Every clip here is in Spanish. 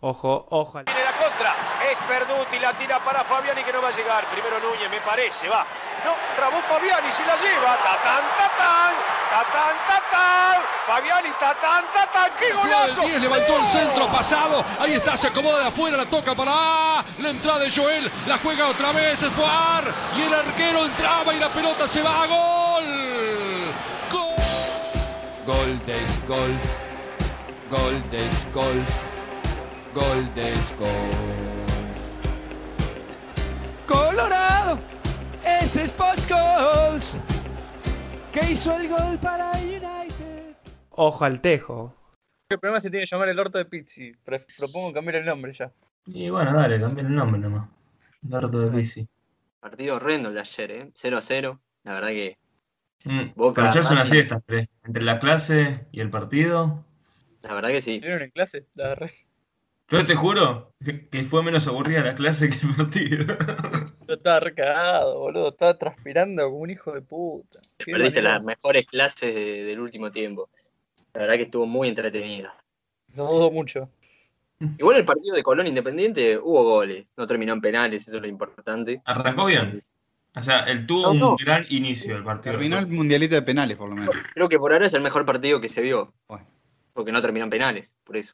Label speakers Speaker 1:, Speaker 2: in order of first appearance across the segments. Speaker 1: Ojo, ojo. al-
Speaker 2: Tiene la contra. Es Perduti, la tira para Fabiani que no va a llegar. Primero Núñez, me parece, va. No, trabó Fabiani, se la lleva. Tatán, tatán, tatán, tatán. Fabiani, tatán, tatán. ¡Qué
Speaker 3: Jugada
Speaker 2: golazo! ¡Oh!
Speaker 3: del 10, levantó el
Speaker 2: ¡No!
Speaker 3: centro pasado. Ahí está, se acomoda de afuera, la toca para ¡Ah! la entrada de Joel. La juega otra vez, es Boar. Y el arquero entraba y la pelota se va a gol. Gol.
Speaker 4: Goldes Golf. Goldes Golf. Goldes Golf. Colorado es Sports Goals. Que hizo el gol para United.
Speaker 1: Ojo al tejo.
Speaker 5: El programa se tiene que llamar El Orto de Pizzi. Pre- Propongo cambiar el nombre ya.
Speaker 6: Y bueno, dale, cambié el nombre nomás. Berto de Pizzi.
Speaker 7: Partido horrendo el de ayer, ¿eh? 0 a 0. La verdad que.
Speaker 6: Mm,
Speaker 7: Boca,
Speaker 6: para echarse una
Speaker 7: Racing.
Speaker 6: siesta, entre, entre la clase y el partido.
Speaker 7: La verdad que sí.
Speaker 5: ¿Vieron en clase? La re-
Speaker 6: Yo te juro que fue menos aburrida la clase que el partido.
Speaker 5: Yo estaba recagado, boludo. Estaba transpirando como un hijo de puta.
Speaker 7: Te
Speaker 5: Qué
Speaker 7: perdiste
Speaker 5: manera-
Speaker 7: las mejores clases de- del último tiempo. La verdad que estuvo muy entretenida.
Speaker 5: Lo dudo mucho.
Speaker 7: Igual el partido de Colón Independiente hubo goles. No terminó en penales, eso es lo importante.
Speaker 6: Arrancó bien. O sea, él tuvo
Speaker 7: No,
Speaker 6: un
Speaker 7: no.
Speaker 6: gran inicio el partido.
Speaker 8: Terminó el mundialito de penales, por lo menos.
Speaker 7: Creo que por ahora es el mejor partido que se vio.
Speaker 8: Bueno.
Speaker 7: Porque no terminó en penales, por eso.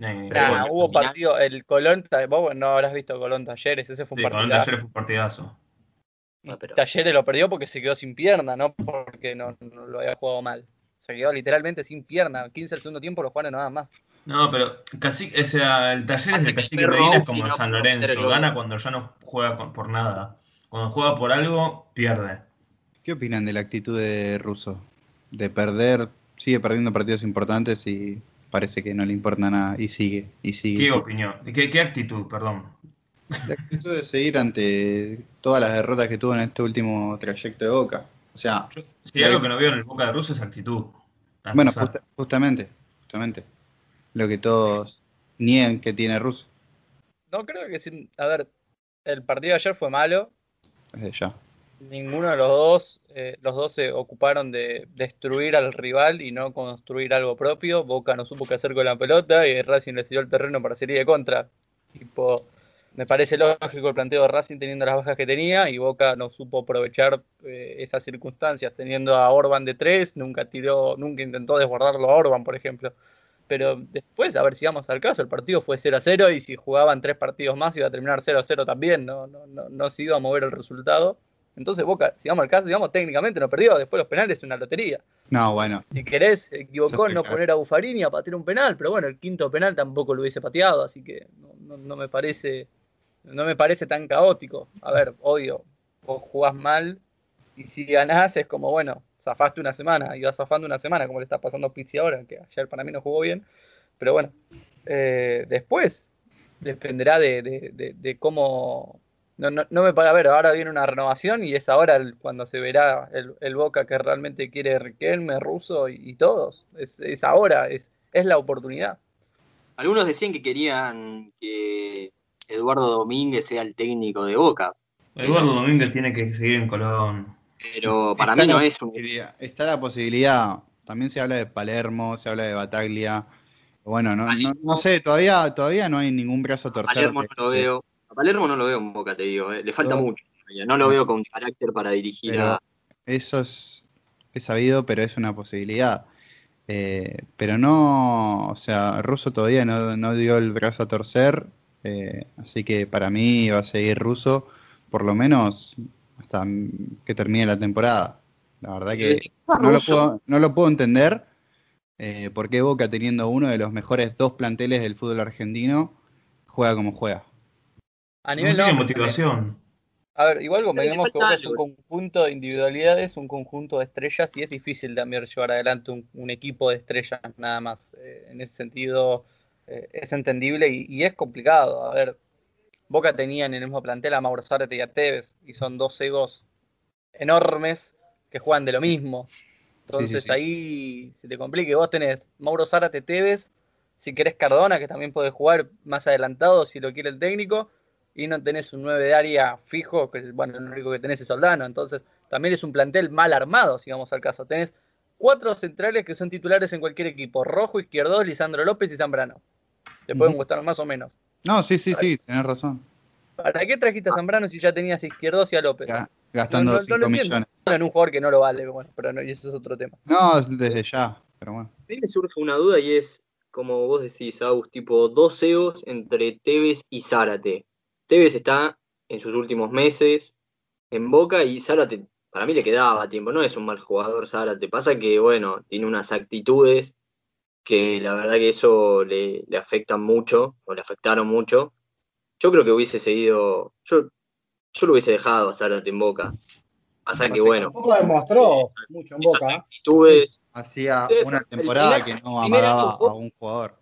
Speaker 6: Eh,
Speaker 7: Pero
Speaker 5: Nah,
Speaker 7: bueno,
Speaker 5: hubo
Speaker 7: al final-
Speaker 5: partido. El Colón. ta- Vos no habrás visto Colón Talleres. Ese fue un
Speaker 6: sí, con el de
Speaker 5: partidazo.
Speaker 6: ayer fue un partidazo.
Speaker 7: No, pero-
Speaker 5: Talleres lo perdió porque se quedó sin pierna, no porque no, no lo había jugado mal. Se quedó literalmente sin pierna. 15 al segundo tiempo lo jugaron nada más.
Speaker 6: No, pero Cacique, o sea, el taller es
Speaker 7: Hace
Speaker 6: el
Speaker 7: que
Speaker 6: Cacique
Speaker 7: Ferro
Speaker 6: Medina, es
Speaker 7: Auti
Speaker 6: como
Speaker 7: no
Speaker 6: el San
Speaker 7: pueda hacer el
Speaker 6: Lorenzo.
Speaker 7: gol.
Speaker 6: Gana cuando ya no juega con- por nada. Cuando juega por algo, pierde.
Speaker 8: ¿Qué opinan de la actitud de Russo? De perder, sigue perdiendo partidos importantes y parece que no le importa nada y sigue, y sigue. y
Speaker 6: ¿Qué
Speaker 8: sigue.
Speaker 6: opinión? ¿Qué, qué actitud? Perdón.
Speaker 8: La actitud de seguir ante todas las derrotas que tuvo en este último trayecto de Boca. O sea,
Speaker 6: Si hay algo que no veo en el Boca de Russo es actitud. Para
Speaker 8: bueno, pues,
Speaker 6: empezar.
Speaker 8: justa- justamente, justamente. Lo que todos niegan que tiene Russo
Speaker 5: No creo que sin. A ver, el partido de ayer fue malo.
Speaker 8: desde ya.
Speaker 5: Ninguno de los dos, eh, los dos se ocuparon de destruir al rival y no construir algo propio. Boca no supo qué hacer con la pelota y Racing le cedió el terreno para salir de contra. Tipo, me parece lógico el planteo de Racing teniendo las bajas que tenía y Boca no supo aprovechar eh, esas circunstancias. Teniendo a Orban de tres, nunca tiró, nunca intentó desbordarlo a Orban, por ejemplo. Pero después, a ver si vamos al caso, el partido fue 0 a 0 y si jugaban tres partidos más iba a terminar 0 a 0 también, no, no, no, no se iba a mover el resultado. Entonces Boca, si vamos al caso, digamos, técnicamente no perdió, después los penales es una lotería.
Speaker 8: No, bueno,
Speaker 5: Si querés, se equivocó
Speaker 8: Sos
Speaker 5: en no
Speaker 8: pecado.
Speaker 5: poner a Buffarini a patear un penal, pero bueno, el quinto penal tampoco lo hubiese pateado, así que no, no- no me parece no me parece tan caótico. A ver, obvio, vos jugás mal y si ganás es como, bueno, zafaste una semana, ibas zafando una semana, como le está pasando a Pizzi ahora, que ayer para mí no jugó bien, pero bueno, eh, después dependerá de, de- de- de cómo... No, no, no me para ver, ahora viene una renovación y es ahora el- cuando se verá el, el Boca que realmente quiere Riquelme, Russo y, y todos. Es, es ahora, es, es la oportunidad.
Speaker 7: Algunos decían que querían que Eduardo Domínguez sea el técnico de Boca,
Speaker 8: eh,
Speaker 6: Eduardo Domínguez tiene que seguir en Colón.
Speaker 7: pero para
Speaker 8: Está
Speaker 7: mí no
Speaker 8: la
Speaker 7: es un
Speaker 8: posibilidad- Está la posibilidad, también se habla de Palermo, se habla de Bataglia. Bueno, no, no, no sé, todavía, todavía no hay ningún brazo
Speaker 7: a
Speaker 8: torcido.
Speaker 7: Palermo no lo veo. A Palermo no lo veo en Boca, te digo, eh. le falta
Speaker 8: No.
Speaker 7: mucho. todavía. No lo veo con carácter para dirigir
Speaker 8: Pero-
Speaker 7: a
Speaker 8: Eso es, es sabido, pero es una posibilidad. Eh, pero no, o sea, Russo todavía no, no dio el brazo a torcer, eh, así que para mí va a seguir Russo por lo menos hasta que termine la temporada. La verdad que...
Speaker 5: Eh,
Speaker 8: no lo puedo, no lo puedo entender eh, por qué Boca, teniendo uno de los mejores dos planteles del fútbol argentino, juega como juega.
Speaker 5: A
Speaker 6: No
Speaker 5: nivel
Speaker 6: tiene
Speaker 5: no,
Speaker 6: motivación.
Speaker 5: A ver, igual
Speaker 7: le
Speaker 5: convengamos que
Speaker 7: falta
Speaker 5: Boca es un conjunto de individualidades, un conjunto de estrellas, y es difícil también llevar adelante un, un equipo de estrellas nada más. Eh, en ese sentido, eh, es entendible y, y es complicado. A ver, Boca tenía en el mismo plantel a Mauro Zárate y a Tevez, y son dos egos enormes que juegan de lo mismo. Entonces
Speaker 8: sí.
Speaker 5: ahí se te complique. Vos tenés Mauro Zárate, Tevez, si querés Cardona, que también puede jugar más adelantado si lo quiere el técnico, y no tenés un 9 de área fijo, que bueno, lo único que tenés es Soldano, entonces también es un plantel mal armado, si vamos al caso. Tenés cuatro centrales que son titulares en cualquier equipo, Rojo, Izquierdo, Lisandro López y Zambrano. Te pueden
Speaker 8: Ujú.
Speaker 5: gustar más o menos.
Speaker 8: No, sí, sí, sí, tenés razón.
Speaker 5: ¿Para qué trajiste a
Speaker 8: Ah.
Speaker 5: Zambrano si ya tenías a Izquierdos y a López?
Speaker 8: Ga-
Speaker 5: No,
Speaker 8: Gastando
Speaker 5: no, no
Speaker 8: 5
Speaker 5: lo entiendo.
Speaker 8: millones.
Speaker 5: En un jugador que no lo vale, bueno, pero no, y eso es otro tema.
Speaker 8: No, desde ya, pero bueno.
Speaker 7: A mí me surge una duda y es, como vos decís, Agus, tipo dos CEOs entre Tevez y Zárate. Tevez está en sus últimos meses en Boca y Zárate, para mí le quedaba tiempo, no es un mal jugador Zárate, pasa que, bueno, tiene unas actitudes que la verdad que eso le, le afectan mucho, o le afectaron mucho. Yo creo que hubiese seguido, yo, yo lo hubiese dejado a Zárate en Boca. Pasa que,
Speaker 8: Pasa que
Speaker 7: bueno,
Speaker 9: Tampoco demostró mucho en
Speaker 7: esas
Speaker 9: Boca. ¿eh?
Speaker 7: actitudes...
Speaker 8: Hacía
Speaker 7: Sí,
Speaker 8: una
Speaker 7: el
Speaker 8: temporada
Speaker 7: primer-
Speaker 8: que no
Speaker 7: el primer
Speaker 8: amagaba
Speaker 7: año fue-
Speaker 8: a un jugador.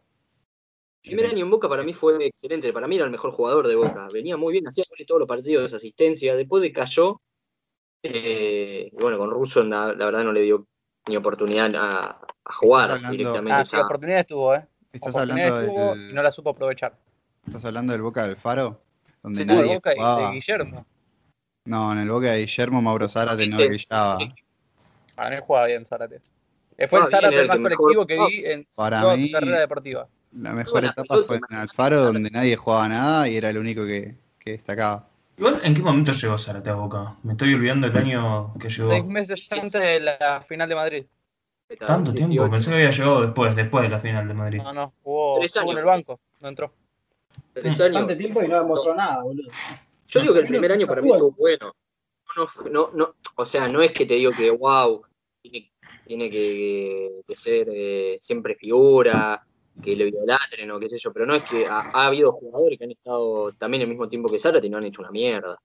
Speaker 7: primer año en Boca para mí fue excelente. Para mí era el mejor jugador de Boca. Venía muy bien, hacía goles todos los partidos, asistencia. Después decayó. eh, y bueno, con Russo la, la verdad no le dio ni oportunidad a, a jugar
Speaker 8: Estás hablando-
Speaker 7: directamente.
Speaker 5: Ah,
Speaker 7: O
Speaker 5: sí,
Speaker 7: sea,
Speaker 5: oportunidades tuvo, ¿eh?
Speaker 8: Estás hablando,
Speaker 5: Oportunidades tuvo y
Speaker 8: del,
Speaker 5: no la supo aprovechar.
Speaker 8: estás hablando del Boca del Faro, donde
Speaker 5: Se tuvo el
Speaker 8: nadie
Speaker 5: Boca y
Speaker 8: jugaba.
Speaker 5: de Guillermo.
Speaker 8: No, en el Boca de Guillermo Mauro Zárate no
Speaker 7: Sí,
Speaker 8: brillaba.
Speaker 5: Para mí jugaba bien Zárate. Eh, Fue
Speaker 7: Ah,
Speaker 5: el
Speaker 7: bien,
Speaker 5: Zárate el
Speaker 7: era el
Speaker 5: más
Speaker 7: que mejor
Speaker 5: colectivo que
Speaker 7: jugaba.
Speaker 5: vi en
Speaker 8: Para
Speaker 5: toda
Speaker 8: mí-
Speaker 5: su carrera deportiva.
Speaker 8: La mejor
Speaker 7: Bueno,
Speaker 8: etapa
Speaker 7: entonces-
Speaker 8: fue en Alfaro, donde nadie jugaba nada y era el único que, que destacaba.
Speaker 6: Igual, ¿en qué momento llegó Zárate a Boca? Me estoy olvidando el año que llegó.
Speaker 5: Seis meses antes de la final de Madrid.
Speaker 6: Tanto tiempo,
Speaker 7: 18.
Speaker 6: pensé que había llegado después, después de la final de Madrid.
Speaker 5: No, no, jugó,
Speaker 7: Tres
Speaker 5: jugó en
Speaker 7: años.
Speaker 5: el banco, no entró.
Speaker 7: Tres años.
Speaker 9: Bastante tiempo y no demostró nada, boludo.
Speaker 7: Yo digo que el primer año para mí
Speaker 9: Bueno.
Speaker 7: estuvo bueno. No, fue- no, no, o sea, no es que te digo que, wow, tiene, tiene que, que ser eh, siempre figura, que lo idolatren o qué sé yo, pero no es que ha, ha habido jugadores que han estado también el mismo tiempo que Zárate y no han hecho una mierda.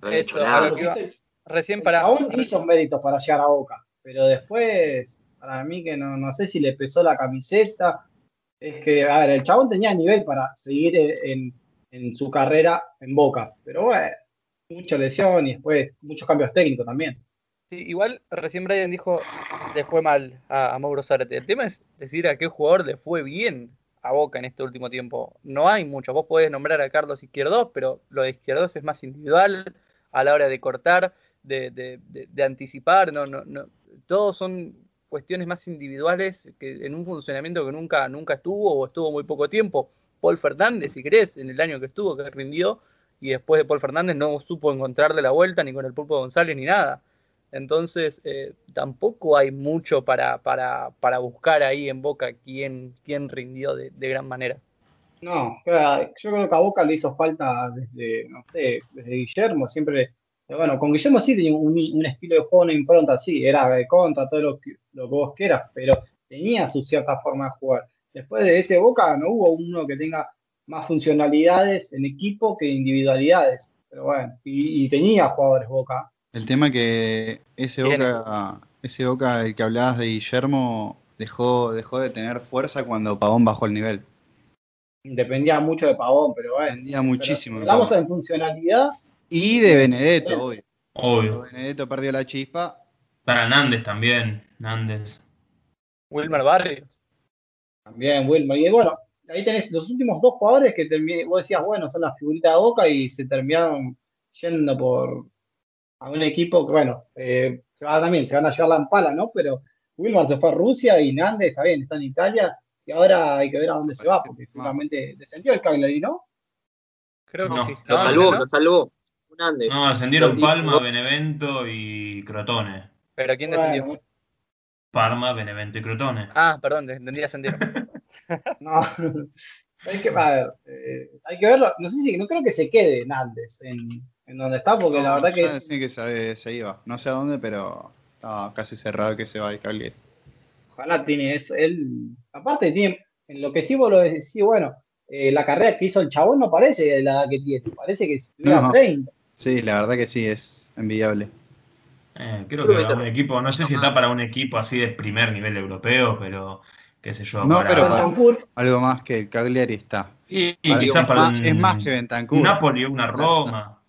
Speaker 7: No han
Speaker 5: Eso,
Speaker 7: hecho
Speaker 5: a lo
Speaker 7: nada.
Speaker 5: que iba. Recién para.
Speaker 9: Aún hizo méritos para llegar a Boca, pero después, para mí que no, no sé si le pesó la camiseta, es que, a ver, el chabón tenía nivel para seguir en, en su carrera en Boca, pero bueno, mucha lesión y después muchos cambios técnicos también.
Speaker 5: Sí, igual recién Brian dijo le fue mal a, a Mauro Zárate. El tema es decir a qué jugador le fue bien a Boca en este último tiempo. No hay mucho. Vos podés nombrar a Carlos Izquierdos, pero lo de Izquierdos es más individual a la hora de cortar, de, de- de- de anticipar. No, no, no. Todos son cuestiones más individuales que en un funcionamiento que nunca, nunca estuvo o estuvo muy poco tiempo. Paul Fernández, si querés, en el año que estuvo, que rindió, y después de Paul Fernández no supo encontrarle la vuelta ni con el Pulpo González ni nada. Entonces, eh, tampoco hay mucho para, para, para buscar ahí en Boca quién, quién rindió de, de gran manera.
Speaker 9: No, claro, yo creo que a Boca le hizo falta desde, no sé, desde Guillermo, siempre, bueno, con Guillermo sí tenía un, un estilo de juego, una impronta, sí, era de contra, todo lo que, lo que vos quieras, pero tenía su cierta forma de jugar. Después de ese Boca no hubo uno que tenga más funcionalidades en equipo que individualidades, pero bueno, y, y tenía jugadores Boca.
Speaker 8: El tema que ese
Speaker 5: Bien.
Speaker 8: Boca, ese Boca del que hablabas de Guillermo, dejó, dejó de tener fuerza cuando Pavón bajó el nivel.
Speaker 9: Dependía mucho de Pavón, pero bueno.
Speaker 8: Vendía muchísimo. de
Speaker 9: Pero hablamos
Speaker 8: Pavón.
Speaker 9: en funcionalidad,
Speaker 8: Y de Benedetto, obvio. Cuando
Speaker 6: Obvio.
Speaker 8: Benedetto perdió la chispa.
Speaker 6: Para Nández también, Nández.
Speaker 5: Wilmer Barrio.
Speaker 9: También, Wilmer. Y bueno, ahí tenés los últimos dos jugadores que termi- vos decías, bueno, son las figuritas de Boca y se terminaron yendo por a un equipo que, bueno, eh, se va también, se van a llevar la empala, ¿no? Pero Wilmar se fue a Rusia y Nández está bien, está en Italia y ahora hay que ver a dónde se va, porque seguramente descendió el Cagliari, ¿no?
Speaker 5: Creo
Speaker 6: No,
Speaker 5: que sí.
Speaker 6: lo
Speaker 7: Lo
Speaker 5: No,
Speaker 7: salvó,
Speaker 5: no,
Speaker 7: lo salvó. Fernández.
Speaker 6: No, ascendieron
Speaker 7: Lo hizo.
Speaker 6: Palma, Benevento y Crotone.
Speaker 5: Pero ¿quién descendió?
Speaker 9: Bueno,
Speaker 6: Parma, Benevento y Crotone.
Speaker 5: Ah, perdón, entendí ascendieron.
Speaker 9: no. hay que, a ver, eh, hay que verlo. No sé si, no creo que se quede Nández en, en donde está, porque la verdad
Speaker 8: ya
Speaker 9: que
Speaker 8: decían que se, se iba. No sé a dónde, pero estaba casi cerrado que se va el Cagliari.
Speaker 9: ojalá tiene eso. Él, aparte, tiene, en lo que sí vos lo decís, bueno, eh, la carrera que hizo el chabón no parece de la edad que tiene, parece que tuviera
Speaker 8: No.
Speaker 9: 30.
Speaker 8: Sí, la verdad que sí, es envidiable.
Speaker 6: Eh, creo que
Speaker 7: Creo que
Speaker 6: para
Speaker 7: está-
Speaker 6: un equipo, no sé si está para un equipo así de primer nivel europeo, pero qué sé yo.
Speaker 8: No,
Speaker 6: para-
Speaker 8: pero para-
Speaker 9: Bentancur,
Speaker 8: Algo más que el Cagliari está.
Speaker 6: Y, y
Speaker 8: Para-
Speaker 6: quizás
Speaker 8: es,
Speaker 6: para
Speaker 8: más,
Speaker 6: un,
Speaker 8: es más que
Speaker 6: un
Speaker 8: Bentancur.
Speaker 6: Napoli, una Roma.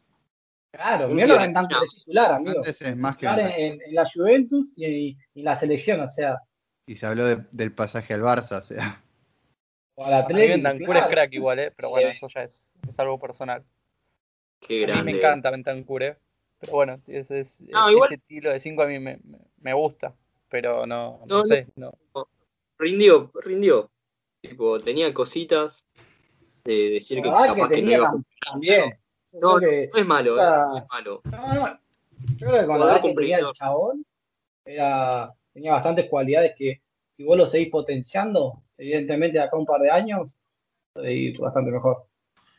Speaker 9: claro,
Speaker 7: Un
Speaker 9: mirá lo
Speaker 7: día-
Speaker 9: Bentancur, es titular, amigo.
Speaker 8: Antes es más que
Speaker 9: Titular
Speaker 8: Bentancur.
Speaker 9: en, en la Juventus y, y en la selección, o sea,
Speaker 8: Y se habló de- del pasaje al Barça, o sea.
Speaker 9: o al
Speaker 5: Para mí
Speaker 9: Atlético.
Speaker 5: Bentancur
Speaker 9: claro.
Speaker 5: es crack igual, eh, pero bueno, eso ya es, es algo personal.
Speaker 7: Qué
Speaker 5: A mí
Speaker 7: grande.
Speaker 5: me encanta Bentancur, eh. Pero bueno, ese, es,
Speaker 7: No,
Speaker 5: ese
Speaker 7: igual-
Speaker 5: estilo de 5 a mí me, me- me gusta, pero no, no,
Speaker 7: No, no.
Speaker 5: sé. No.
Speaker 7: Rindió, rindió. Tipo, tenía cositas de decir que
Speaker 9: La verdad
Speaker 7: capaz
Speaker 9: Ah, que
Speaker 7: que no
Speaker 9: tenía
Speaker 7: iba a
Speaker 9: tam- también. Yo
Speaker 7: No,
Speaker 9: creo que-
Speaker 7: No es malo, eh,
Speaker 9: Ah.
Speaker 7: no es malo.
Speaker 9: No, no. Yo creo que con la
Speaker 7: Jugador
Speaker 9: edad que tenía el
Speaker 7: cumplidor.
Speaker 9: chabón, era, tenía bastantes cualidades que si vos lo seguís potenciando, evidentemente de acá a un par de años, puede ir bastante mejor.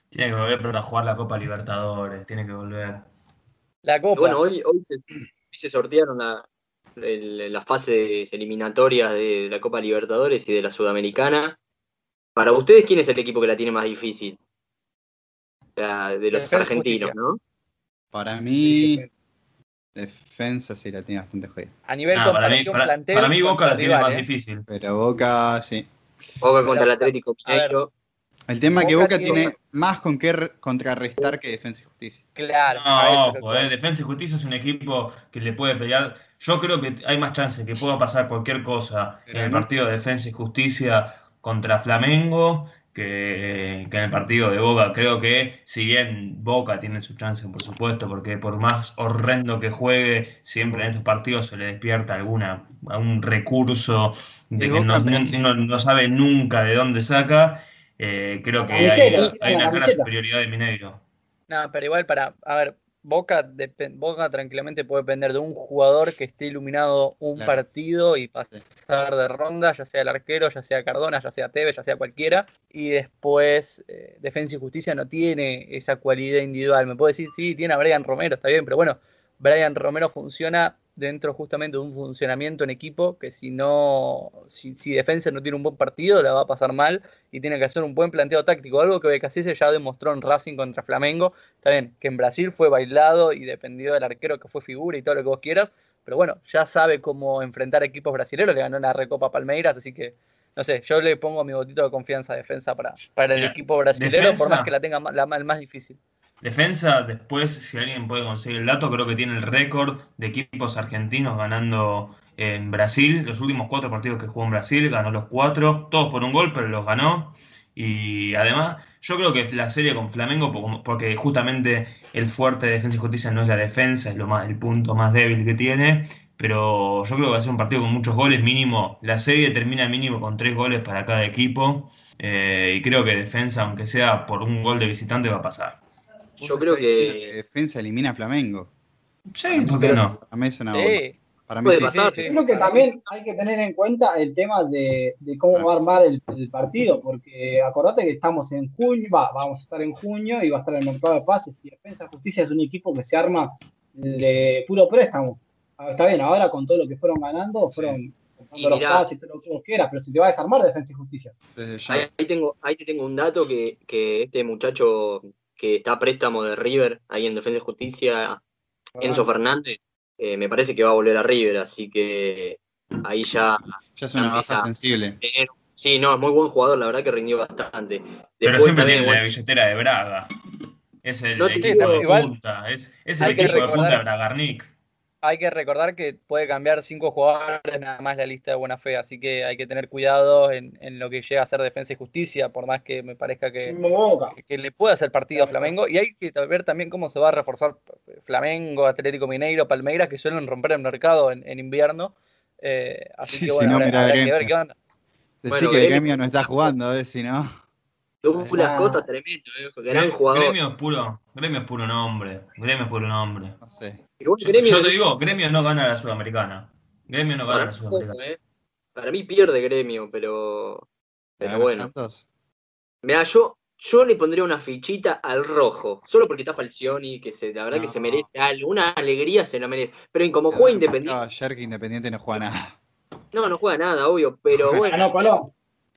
Speaker 6: Tiene que volver para jugar la Copa Libertadores, tiene que volver.
Speaker 5: La copa.
Speaker 7: Bueno, hoy, hoy se, hoy se sortearon la- el- las fases eliminatorias de la Copa Libertadores y de la Sudamericana. Para ustedes, ¿quién es el equipo que la tiene más difícil? O sea, de los
Speaker 5: Defensa y
Speaker 7: argentinos,
Speaker 5: Justicia.
Speaker 7: ¿no?
Speaker 8: Para mí, defensa sí la tiene bastante jodida.
Speaker 5: a nivel
Speaker 6: Ah, para, mí,
Speaker 5: comparación
Speaker 6: para-
Speaker 5: plantel.
Speaker 6: para mí Boca la
Speaker 5: contra
Speaker 6: tiene
Speaker 5: rival,
Speaker 6: más
Speaker 5: eh.
Speaker 6: difícil.
Speaker 8: Pero Boca, sí.
Speaker 7: Boca contra el
Speaker 5: Pero-
Speaker 7: Atlético
Speaker 5: a ver.
Speaker 7: Mineiro.
Speaker 8: El tema es que
Speaker 5: Boca
Speaker 8: Boca
Speaker 5: tiene-
Speaker 8: tiene más con qué re- contrarrestar que Defensa y Justicia.
Speaker 5: Claro. a
Speaker 6: No,
Speaker 5: eso es lo
Speaker 6: ojo,
Speaker 5: que-
Speaker 6: eh, Defensa y Justicia es un equipo que le puede pelear. Yo creo que hay más chances que pueda pasar cualquier cosa
Speaker 8: Pero
Speaker 6: en el
Speaker 8: no-
Speaker 6: partido de Defensa y Justicia contra Flamengo que, que en el partido de Boca. Creo que, si bien Boca tiene sus chances, por supuesto, porque por más horrendo que juegue, siempre en estos partidos se le despierta alguna, algún recurso de
Speaker 8: Y
Speaker 6: que
Speaker 8: Boca
Speaker 6: no,
Speaker 8: pensé-
Speaker 6: no- no sabe nunca de dónde saca. Eh, creo que hay,
Speaker 9: Camiseta,
Speaker 6: hay una clara
Speaker 9: la camiseta.
Speaker 6: superioridad de Mineiro.
Speaker 5: No, pero igual para, a ver, Boca, depen- Boca tranquilamente puede depender de un jugador que esté iluminado un
Speaker 8: Claro.
Speaker 5: partido y pasar de ronda, ya sea el arquero, ya sea Cardona, ya sea Tevez, ya sea cualquiera, y después eh, Defensa y Justicia no tiene esa cualidad individual. Me puede decir, sí, tiene a Brian Romero, está bien, pero bueno, Brian Romero funciona dentro justamente de un funcionamiento en equipo que si no, si, si Defensa no tiene un buen partido, la va a pasar mal y tiene que hacer un buen planteo táctico, algo que Becasese ya demostró en Racing contra Flamengo, Está bien, que en Brasil fue bailado y dependió del arquero que fue figura y todo lo que vos quieras, pero bueno, ya sabe cómo enfrentar equipos brasileños, le ganó la Recopa a Palmeiras, así que no sé, yo le pongo mi votito de confianza a defensa para, para el
Speaker 6: Mira,
Speaker 5: equipo brasileño, por
Speaker 6: defensa.
Speaker 5: más que la tenga ma- la, ma- el más difícil.
Speaker 6: Defensa, después, si alguien puede conseguir el dato, creo que tiene el récord de equipos argentinos ganando en Brasil. Los últimos cuatro partidos que jugó en Brasil, ganó los cuatro, todos por un gol, pero los ganó. Y además, yo creo que la serie con Flamengo, po- porque justamente el fuerte de Defensa y Justicia no es la defensa, es lo más, el punto más débil que tiene. Pero yo creo que va a ser un partido con muchos goles mínimo. La serie termina mínimo con tres goles para cada equipo. Eh, y creo que defensa, aunque sea por un gol de visitante, va a pasar.
Speaker 8: Vos
Speaker 7: Yo creo
Speaker 8: estás diciendo
Speaker 7: que-
Speaker 8: Defensa elimina a Flamengo.
Speaker 6: Sí, ¿por
Speaker 8: Para
Speaker 6: qué
Speaker 8: mí
Speaker 6: no?
Speaker 8: es- Para mí es una bomba.
Speaker 5: Sí,
Speaker 8: Para mí
Speaker 7: Puede
Speaker 8: sí.
Speaker 7: pasar.
Speaker 5: sí, sí.
Speaker 9: Yo creo que
Speaker 5: para mí
Speaker 9: también hay que tener en cuenta el tema de, de cómo va a armar el, el partido, porque acordate que estamos en junio, va, vamos a estar en junio y va a estar el mercado de pases. Y Defensa Justicia es un equipo que se arma de puro préstamo. Ah, Está bien, ahora con todo lo que fueron ganando, fueron comprando
Speaker 7: Y
Speaker 9: los
Speaker 7: mirá.
Speaker 9: pases y todo lo que vos quieras, pero se te va a desarmar Defensa y Justicia.
Speaker 8: Desde ya.
Speaker 7: Ahí, ahí tengo, ahí te tengo un dato que, que este muchacho que está a préstamo de River, ahí en Defensa y Justicia, Enzo Fernández, eh, me parece que va a volver a River, así que ahí ya
Speaker 8: Ya es una baja
Speaker 7: Empieza.
Speaker 8: sensible.
Speaker 7: tener- Sí, no, es muy buen jugador, la verdad que rindió bastante.
Speaker 6: Pero
Speaker 7: Después
Speaker 6: siempre
Speaker 7: también,
Speaker 6: tiene la
Speaker 7: bueno,
Speaker 6: billetera de Braga. Es el
Speaker 7: No te
Speaker 6: equipo
Speaker 5: digo,
Speaker 6: de
Speaker 5: igual
Speaker 6: punta. Es, es el
Speaker 5: hay que
Speaker 6: equipo de punta de
Speaker 5: recordar-
Speaker 6: Bragarnik.
Speaker 5: hay que recordar que puede cambiar cinco jugadores nada más la lista de buena fe, así que hay que tener cuidado en, en lo que llega a ser defensa y justicia, por más que me parezca que,
Speaker 9: Mismo Boca.
Speaker 5: que- que le puede hacer partido a
Speaker 9: Claro,
Speaker 5: Flamengo y hay que ver también cómo se va a reforzar Flamengo, Atlético Mineiro, Palmeiras, que suelen romper el mercado en, en invierno. Eh, así
Speaker 8: Sí,
Speaker 5: que
Speaker 8: si
Speaker 5: bueno,
Speaker 8: no,
Speaker 5: habrá,
Speaker 8: mirá
Speaker 5: habrá que
Speaker 8: Gremio.
Speaker 5: ver qué onda.
Speaker 8: Decí
Speaker 7: Bueno, eh,
Speaker 8: que
Speaker 7: Gremio-
Speaker 8: Gremio no está jugando, a ver si no.
Speaker 7: Douglas
Speaker 9: Ah.
Speaker 7: Costa tremendo, eh, gran jugador.
Speaker 6: Gremio es puro, gremio es puro nombre. Gremio es puro nombre.
Speaker 8: No sé.
Speaker 7: Igual
Speaker 6: Yo,
Speaker 7: Gremio
Speaker 6: yo te
Speaker 7: no-
Speaker 6: digo, Gremio no gana la Sudamericana. Gremio no gana la
Speaker 7: para, mí poco,
Speaker 6: Sudamericana.
Speaker 7: eh. Para mí pierde Gremio, pero, pero
Speaker 8: Ahora
Speaker 7: bueno.
Speaker 8: Santos.
Speaker 7: Mira, yo, yo le pondría una fichita al rojo, solo porque está Falcioni, que se, la verdad que
Speaker 8: No.
Speaker 7: se merece algo, una alegría se la merece. Pero en como
Speaker 8: Te
Speaker 7: juega
Speaker 8: había marcado
Speaker 7: Independiente,
Speaker 8: Ayer que Independiente no juega nada.
Speaker 7: no, no juega nada, obvio, pero bueno.
Speaker 9: Ganó Colón.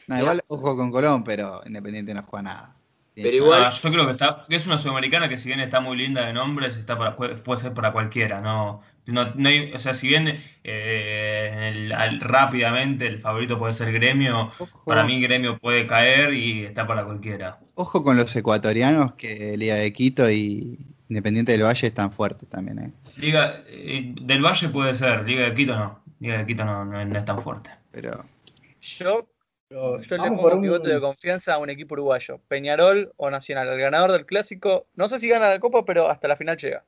Speaker 8: No, igual ojo con Colón, pero Independiente no juega nada. Bien,
Speaker 7: Pero
Speaker 8: chao.
Speaker 7: igual-
Speaker 6: Ah, yo creo que está, que es una Sudamericana que si bien está muy linda de nombres, está para, cue- puede ser para cualquiera, no, no, no hay- o sea, si bien eh, en el- al- rápidamente el favorito puede ser Gremio,
Speaker 8: Ojo,
Speaker 6: para mí Gremio puede caer y está para cualquiera.
Speaker 8: ojo con los ecuatorianos que Liga de Quito y Independiente del Valle están fuertes también. eh.
Speaker 6: Liga eh, del Valle puede ser, Liga de Quito no. Liga de Quito no, no- no es tan fuerte.
Speaker 8: Pero
Speaker 5: Yo,
Speaker 9: Pero
Speaker 5: yo le
Speaker 9: vamos
Speaker 5: pongo
Speaker 9: por
Speaker 5: mi
Speaker 9: un-
Speaker 5: voto de confianza a un equipo uruguayo, Peñarol o Nacional, el ganador del clásico. No sé si gana la copa, pero hasta la final llega.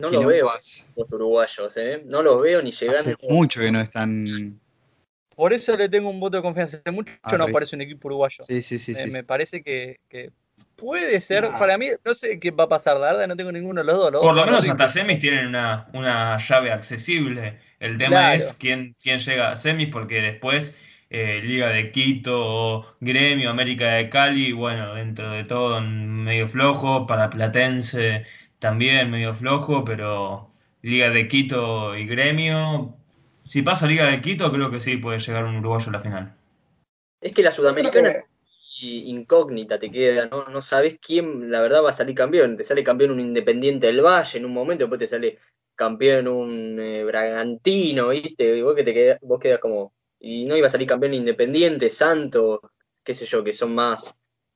Speaker 7: No
Speaker 8: Quilombos
Speaker 7: los veo a los uruguayos, ¿eh? No los veo ni llegando.
Speaker 8: hace mucho que no están
Speaker 5: Por eso le tengo un voto de confianza. Hace mucho
Speaker 8: Ah,
Speaker 5: no
Speaker 8: Riz.
Speaker 5: aparece un equipo uruguayo.
Speaker 8: Sí, sí, sí.
Speaker 5: me,
Speaker 8: sí,
Speaker 5: me
Speaker 8: sí.
Speaker 5: parece que, que puede ser.
Speaker 9: Nah.
Speaker 5: Para mí, no sé qué va a pasar. La verdad, no tengo ninguno de los dos. Los
Speaker 6: Por
Speaker 5: dos
Speaker 6: lo menos
Speaker 5: fanáticos.
Speaker 6: hasta semis tienen una, una llave accesible. El tema
Speaker 5: Claro.
Speaker 6: es quién, quién llega a semis, porque después eh, Liga de Quito, Gremio, América de Cali, bueno, dentro de todo mm, medio flojo, para Platense también medio flojo, pero Liga de Quito y Gremio. Si pasa Liga de Quito, creo que sí puede llegar un uruguayo a la final.
Speaker 7: Es que la
Speaker 9: Creo
Speaker 7: sudamericana
Speaker 9: que-
Speaker 7: y incógnita te queda, ¿no? No sabes quién, la verdad, va a salir campeón. Te sale campeón un Independiente del Valle en un momento, después te sale campeón un eh, Bragantino, ¿viste? Y vos, que te quedás, vos quedas como. Y no iba a salir campeón Independiente, Santo, qué sé yo, que son más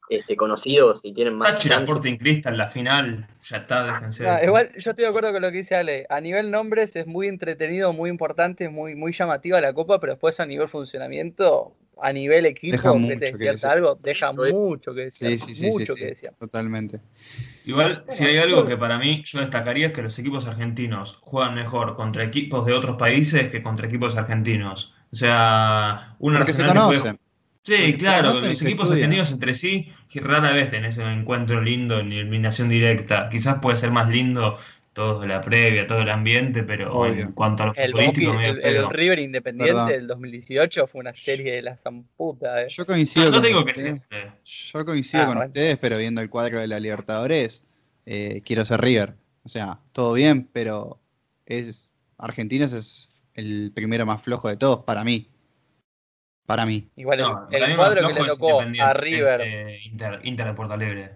Speaker 7: este, conocidos y tienen más.
Speaker 6: Táchira,
Speaker 7: chance.
Speaker 6: Sporting Cristal, la final, ya está, déjense. de
Speaker 5: No,
Speaker 6: joder.
Speaker 5: Ah, igual yo estoy de acuerdo con lo que dice Ale. A nivel nombres es muy entretenido, muy importante, es muy, muy llamativa la copa, pero después a nivel funcionamiento, a nivel equipo,
Speaker 8: Deja
Speaker 5: que
Speaker 8: mucho
Speaker 5: te
Speaker 8: que
Speaker 5: despierta
Speaker 8: decir.
Speaker 5: algo, deja
Speaker 7: Eso es.
Speaker 5: mucho que decir.
Speaker 8: Sí, sí, sí, sí,
Speaker 5: mucho
Speaker 8: sí.
Speaker 5: que decir.
Speaker 8: Totalmente.
Speaker 5: Ah,
Speaker 6: Igual, si hay algo que para mí yo destacaría es que los equipos argentinos juegan mejor contra equipos de otros países que contra equipos argentinos. O sea, un
Speaker 8: Porque se
Speaker 6: Arsenal que juega-
Speaker 8: conocen.
Speaker 6: Sí,
Speaker 8: se
Speaker 6: claro,
Speaker 8: conocen y
Speaker 6: los
Speaker 8: se
Speaker 6: equipos
Speaker 8: estudian.
Speaker 6: argentinos entre sí que rara vez tenés un encuentro lindo en eliminación directa. Quizás puede ser más lindo todo la previa, todo el ambiente, pero en
Speaker 8: Obvio.
Speaker 6: cuanto a lo
Speaker 5: El,
Speaker 6: futbolístico,
Speaker 5: Boqui-
Speaker 6: medio
Speaker 5: el- el
Speaker 6: feo.
Speaker 5: River Independiente
Speaker 8: Verdad.
Speaker 5: del 2018 fue una serie de la zamputa. eh.
Speaker 8: Yo
Speaker 6: No,
Speaker 8: coincido
Speaker 6: no
Speaker 8: con
Speaker 6: digo que eh,
Speaker 8: ustedes.
Speaker 6: siempre.
Speaker 8: Yo coincido
Speaker 5: Ah,
Speaker 8: con
Speaker 5: bueno.
Speaker 8: ustedes, pero viendo el cuadro de la Libertadores, eh, quiero ser River. O sea, todo bien, pero es Argentinos es el primero más flojo de todos para mí. Para mí.
Speaker 5: Igual el-
Speaker 6: No,
Speaker 5: el,
Speaker 6: para mí más
Speaker 5: cuadro que
Speaker 6: flojo
Speaker 5: le
Speaker 6: es
Speaker 5: tocó a
Speaker 6: Independiente, es,
Speaker 5: River.
Speaker 6: eh, Inter, Inter de Porto Alegre.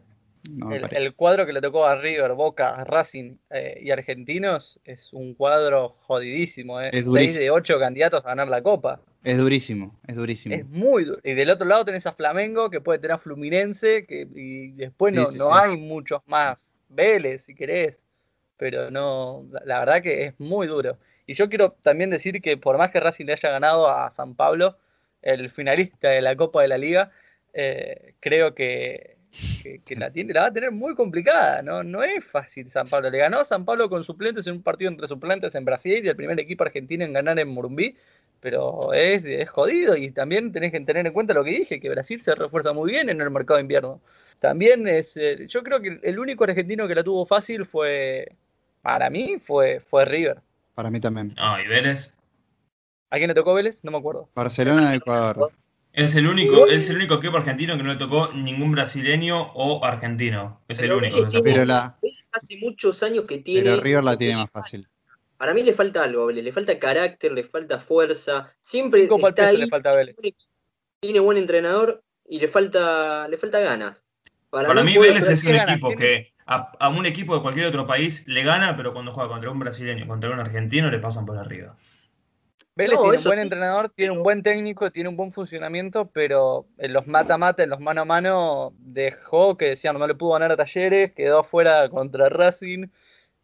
Speaker 8: No me
Speaker 5: El,
Speaker 8: parece.
Speaker 5: el cuadro que le tocó a River, Boca, Racing eh, y Argentinos es un cuadro jodidísimo. Eh.
Speaker 8: Es
Speaker 5: 6
Speaker 8: durísimo.
Speaker 5: de 8 candidatos a ganar la Copa.
Speaker 8: Es durísimo, es durísimo.
Speaker 5: Es muy duro. Y del otro lado tenés a Flamengo, que puede tener a Fluminense, que, y después
Speaker 8: Sí,
Speaker 5: no,
Speaker 8: sí,
Speaker 5: no
Speaker 8: sí.
Speaker 5: hay muchos más. Vélez, si querés. Pero no, la, la verdad que es muy duro. Y yo quiero también decir que por más que Racing le haya ganado a San Pablo, el finalista de la Copa de la Liga, eh, creo que, que- que la, tiene, la va a tener muy complicada. No, no es fácil San Pablo. Le ganó a San Pablo con suplentes en un partido entre suplentes en Brasil y el primer equipo argentino en ganar en Morumbí pero es, es jodido y también tenés que tener en cuenta lo que dije, que Brasil se refuerza muy bien en el mercado de invierno. También es, eh, yo creo que el único argentino que la tuvo fácil fue, para mí, fue, fue River.
Speaker 8: Para mí también.
Speaker 6: No, y Vélez.
Speaker 5: ¿A quién le tocó Vélez? No me acuerdo.
Speaker 8: Barcelona de Ecuador.
Speaker 6: Es el único, es el único equipo argentino que no le tocó ningún brasileño o argentino. Es el
Speaker 7: Pero
Speaker 6: único que se
Speaker 7: Argentina-
Speaker 8: Pero
Speaker 6: jugó.
Speaker 8: la,
Speaker 7: Vélez Hace muchos años que tiene.
Speaker 8: pero River la tiene más fácil.
Speaker 7: Para mí le falta algo, a Vélez, le falta carácter, le falta fuerza. Siempre
Speaker 5: Cinco
Speaker 7: está
Speaker 5: palpes
Speaker 7: ahí,
Speaker 5: le falta a Vélez.
Speaker 7: tiene buen entrenador y le falta, le falta ganas.
Speaker 6: Para mí
Speaker 7: puede
Speaker 6: Vélez
Speaker 7: ser-
Speaker 6: es un
Speaker 5: ¿qué gana?
Speaker 6: equipo
Speaker 5: ¿Quién-
Speaker 6: que a, a un equipo de cualquier otro país le gana, pero cuando juega contra un brasileño, contra un argentino, le pasan por arriba.
Speaker 5: Vélez
Speaker 7: No,
Speaker 5: tiene un
Speaker 7: eso
Speaker 5: buen
Speaker 7: sí.
Speaker 5: entrenador, tiene un buen técnico, tiene un buen funcionamiento, pero en los mata-mata, en los mano a mano, dejó que decían no le pudo ganar a Talleres, quedó fuera contra Racing.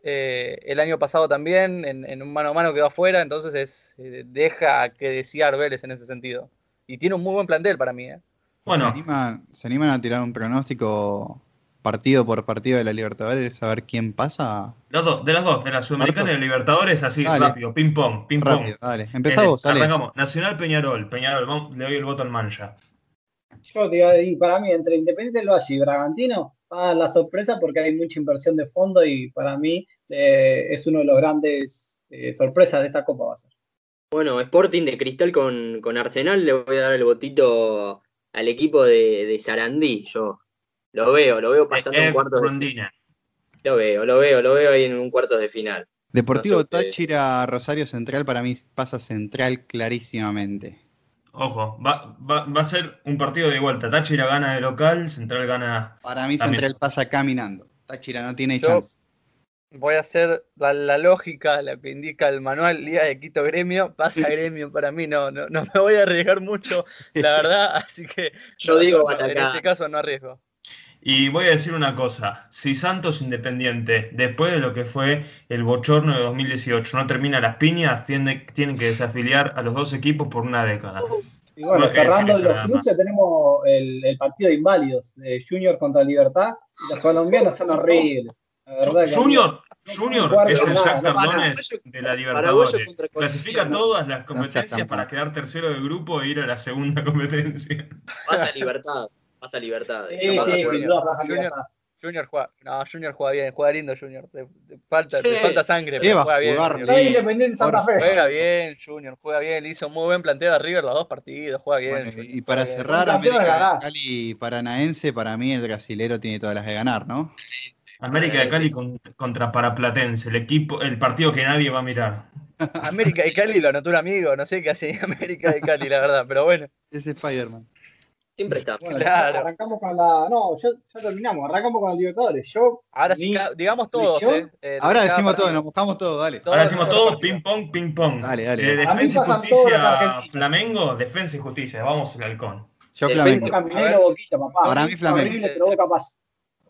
Speaker 5: eh, el año pasado también, en, en un mano a mano quedó fuera, entonces es, eh, deja que desear Vélez en ese sentido. Y tiene un muy buen plantel para mí. ¿eh?
Speaker 6: Bueno,
Speaker 8: ¿Se animan, se animan a tirar un pronóstico partido por partido de la Libertadores a ver quién pasa?
Speaker 6: los dos, de las dos, de la Sudamericana y de la Libertadores, así
Speaker 8: Dale.
Speaker 6: rápido, ping pong, ping pong.
Speaker 8: Rápido, dale. Empezá
Speaker 6: Eh,
Speaker 8: vos, dale.
Speaker 6: Arrancamos. Nacional Peñarol, Peñarol, vamos, le doy el voto al mancha.
Speaker 9: Yo digo, y para mí, entre Independiente del Valle y Bragantino, va a dar la sorpresa porque hay mucha inversión de fondo y para mí eh, es uno de los grandes eh, sorpresas de esta Copa va a ser.
Speaker 7: Bueno, Sporting de Cristal con, con Arsenal, le voy a dar el botito al equipo de, de Sarandí, yo. Lo veo, lo veo pasando
Speaker 6: Eh,
Speaker 7: un cuarto de
Speaker 6: Rondina.
Speaker 7: Lo veo, lo veo, lo veo ahí en un cuarto de final.
Speaker 8: Deportivo
Speaker 7: No sé ustedes.
Speaker 8: Táchira, Rosario Central, para mí pasa Central clarísimamente.
Speaker 6: Ojo, va, va- va a ser un partido de vuelta. Táchira gana de local, Central gana.
Speaker 8: Para mí
Speaker 6: También.
Speaker 8: Central pasa caminando. Táchira no tiene
Speaker 5: Yo-
Speaker 8: chance.
Speaker 5: Voy a hacer la, la lógica, la que indica el manual Liga de Quito Gremio, pasa Gremio para mí, no, no, no me voy a arriesgar mucho, la verdad, así que
Speaker 7: Yo
Speaker 5: no,
Speaker 7: digo
Speaker 5: no, no, en
Speaker 7: Batacá.
Speaker 5: este caso no arriesgo.
Speaker 6: Y voy a decir una cosa, si Santos Independiente, después de lo que fue el bochorno de 2018, no termina las piñas, tiene- tienen que desafiliar a los dos equipos por una década.
Speaker 9: Y bueno,
Speaker 6: No quería
Speaker 9: cerrando
Speaker 6: decir eso
Speaker 9: los
Speaker 6: nada
Speaker 9: cruces,
Speaker 6: más.
Speaker 9: tenemos el, el partido de eh, inválidos de Junior contra Libertad. Y los colombianos son horribles. La verdad que-
Speaker 6: Junior, Junior
Speaker 9: Guarda,
Speaker 6: es el
Speaker 9: no,
Speaker 6: Jack
Speaker 9: no, no,
Speaker 6: Cardones
Speaker 7: no,
Speaker 6: de la
Speaker 7: Paraguayo
Speaker 6: Libertadores.
Speaker 7: contra
Speaker 6: Clasifica
Speaker 7: Colombia,
Speaker 6: todas las
Speaker 8: No
Speaker 6: competencias
Speaker 8: seas
Speaker 6: para
Speaker 8: trampa.
Speaker 6: quedar tercero del grupo e ir a la segunda competencia.
Speaker 7: Pasa libertad, pasa libertad.
Speaker 9: Sí,
Speaker 7: Capaz
Speaker 9: sí,
Speaker 7: que-
Speaker 9: sin duda, Plaza
Speaker 5: Junior.
Speaker 9: Libertad.
Speaker 5: Junior juega. No, Junior juega bien, juega lindo Junior. Te, te falta, te
Speaker 7: Sí.
Speaker 5: falta sangre,
Speaker 8: Iba
Speaker 5: pero
Speaker 8: a
Speaker 5: juega bien.
Speaker 8: jugar,
Speaker 5: Junior.
Speaker 9: Está Independiente Santa Fe.
Speaker 5: Juega bien, Junior, juega bien. Le hizo muy buen planteo a River los dos partidos, juega bien.
Speaker 8: Bueno,
Speaker 5: Junior,
Speaker 8: y
Speaker 5: juega
Speaker 8: para
Speaker 5: bien.
Speaker 8: cerrar,
Speaker 9: Un campeón
Speaker 8: América de
Speaker 9: ganás.
Speaker 8: Cali Paranaense, para mí el brasilero tiene todas las de ganar, ¿no?
Speaker 6: América
Speaker 9: eh,
Speaker 6: de Cali con- contra Paraplatense, el equipo, el partido que nadie va a mirar.
Speaker 5: América de Cali lo anotó un amigo, no sé qué hace América de Cali, la verdad, pero bueno.
Speaker 8: Es Spider-Man.
Speaker 7: Siempre está.
Speaker 9: Bueno,
Speaker 5: Claro.
Speaker 9: arrancamos con la. No, ya, ya terminamos. Arrancamos con la Libertadores. Yo.
Speaker 5: Ahora sí,
Speaker 9: mi-
Speaker 5: ca- digamos todos, ¿eh?
Speaker 9: visión-
Speaker 5: Eh,
Speaker 8: Ahora
Speaker 5: cada
Speaker 8: decimos todo,
Speaker 5: partido.
Speaker 8: nos mojamos todo, dale.
Speaker 5: Todo,
Speaker 6: Ahora decimos
Speaker 5: todo,
Speaker 6: todo,
Speaker 5: partido.
Speaker 6: ping pong, ping pong.
Speaker 8: Dale, dale.
Speaker 6: Eh,
Speaker 9: A mí
Speaker 6: defensa y
Speaker 9: pasan todos los
Speaker 6: justicia,
Speaker 9: argentinos.
Speaker 6: Flamengo, defensa y justicia, vamos el halcón.
Speaker 8: Yo
Speaker 7: Defensa
Speaker 8: Flamengo.
Speaker 9: Boca
Speaker 5: A ver.
Speaker 9: Minero Boquita, papá.
Speaker 8: Para mí, Flamengo.
Speaker 9: Horrible, pero Boca pasa.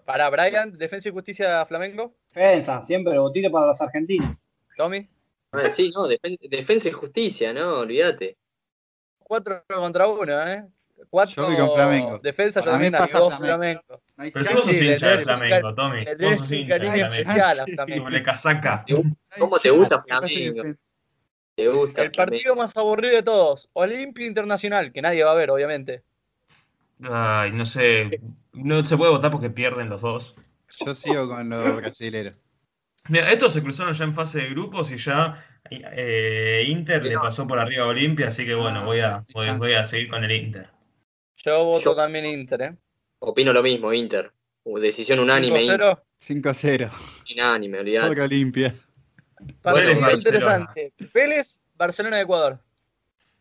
Speaker 5: Para Brian, Defensa y Justicia Flamengo.
Speaker 9: Defensa, siempre botito para los argentinos.
Speaker 5: Tommy,
Speaker 7: Ah, sí, no, defen- defensa y justicia, no, olvídate.
Speaker 5: 4 contra 1, ¿eh? 4
Speaker 8: Yo voy con Flamengo.
Speaker 5: Defensa, yo
Speaker 8: Para mí
Speaker 5: también
Speaker 8: pasa
Speaker 5: arribó
Speaker 8: Flamengo.
Speaker 5: Flamengo.
Speaker 8: No hay
Speaker 6: Pero si
Speaker 8: chance,
Speaker 6: vos sos
Speaker 5: Sí,
Speaker 6: hincha
Speaker 5: le-
Speaker 6: de
Speaker 5: le-
Speaker 6: Flamengo,
Speaker 5: Le
Speaker 6: Tommy. Vos
Speaker 5: tenés
Speaker 6: sos
Speaker 5: un
Speaker 6: hincha de
Speaker 5: cariño
Speaker 8: Flamengo.
Speaker 5: especial a
Speaker 8: Ah, Sí.
Speaker 5: Flamengo.
Speaker 6: Doble casaca.
Speaker 8: no hay
Speaker 7: ¿Cómo te
Speaker 8: chance
Speaker 7: gusta
Speaker 8: que pase
Speaker 7: Flamengo?
Speaker 8: defensa.
Speaker 7: Te gusta.
Speaker 5: El partido más aburrido de todos, Olimpia Internacional, que nadie va a ver, obviamente.
Speaker 6: Ay, no sé. No se puede votar porque pierden los dos.
Speaker 8: Yo sigo con los brasileros.
Speaker 6: Mira, estos se cruzaron ya en fase de grupos y ya eh, Inter le pasó por arriba a Olimpia, así que bueno,
Speaker 8: Ah,
Speaker 6: voy a,
Speaker 8: qué
Speaker 6: voy,
Speaker 8: chance.
Speaker 6: voy a seguir con el Inter.
Speaker 5: Yo voto
Speaker 7: Yo-
Speaker 5: también Inter, ¿eh?
Speaker 7: Opino lo mismo, Inter. Uh, Decisión unánime, Inter,
Speaker 5: 5-0.
Speaker 8: 5-0.
Speaker 7: unánime, olvídate.
Speaker 8: Pobre Olimpia.
Speaker 5: Partido
Speaker 6: Vélez,
Speaker 5: interesante. Vélez, Barcelona de Ecuador.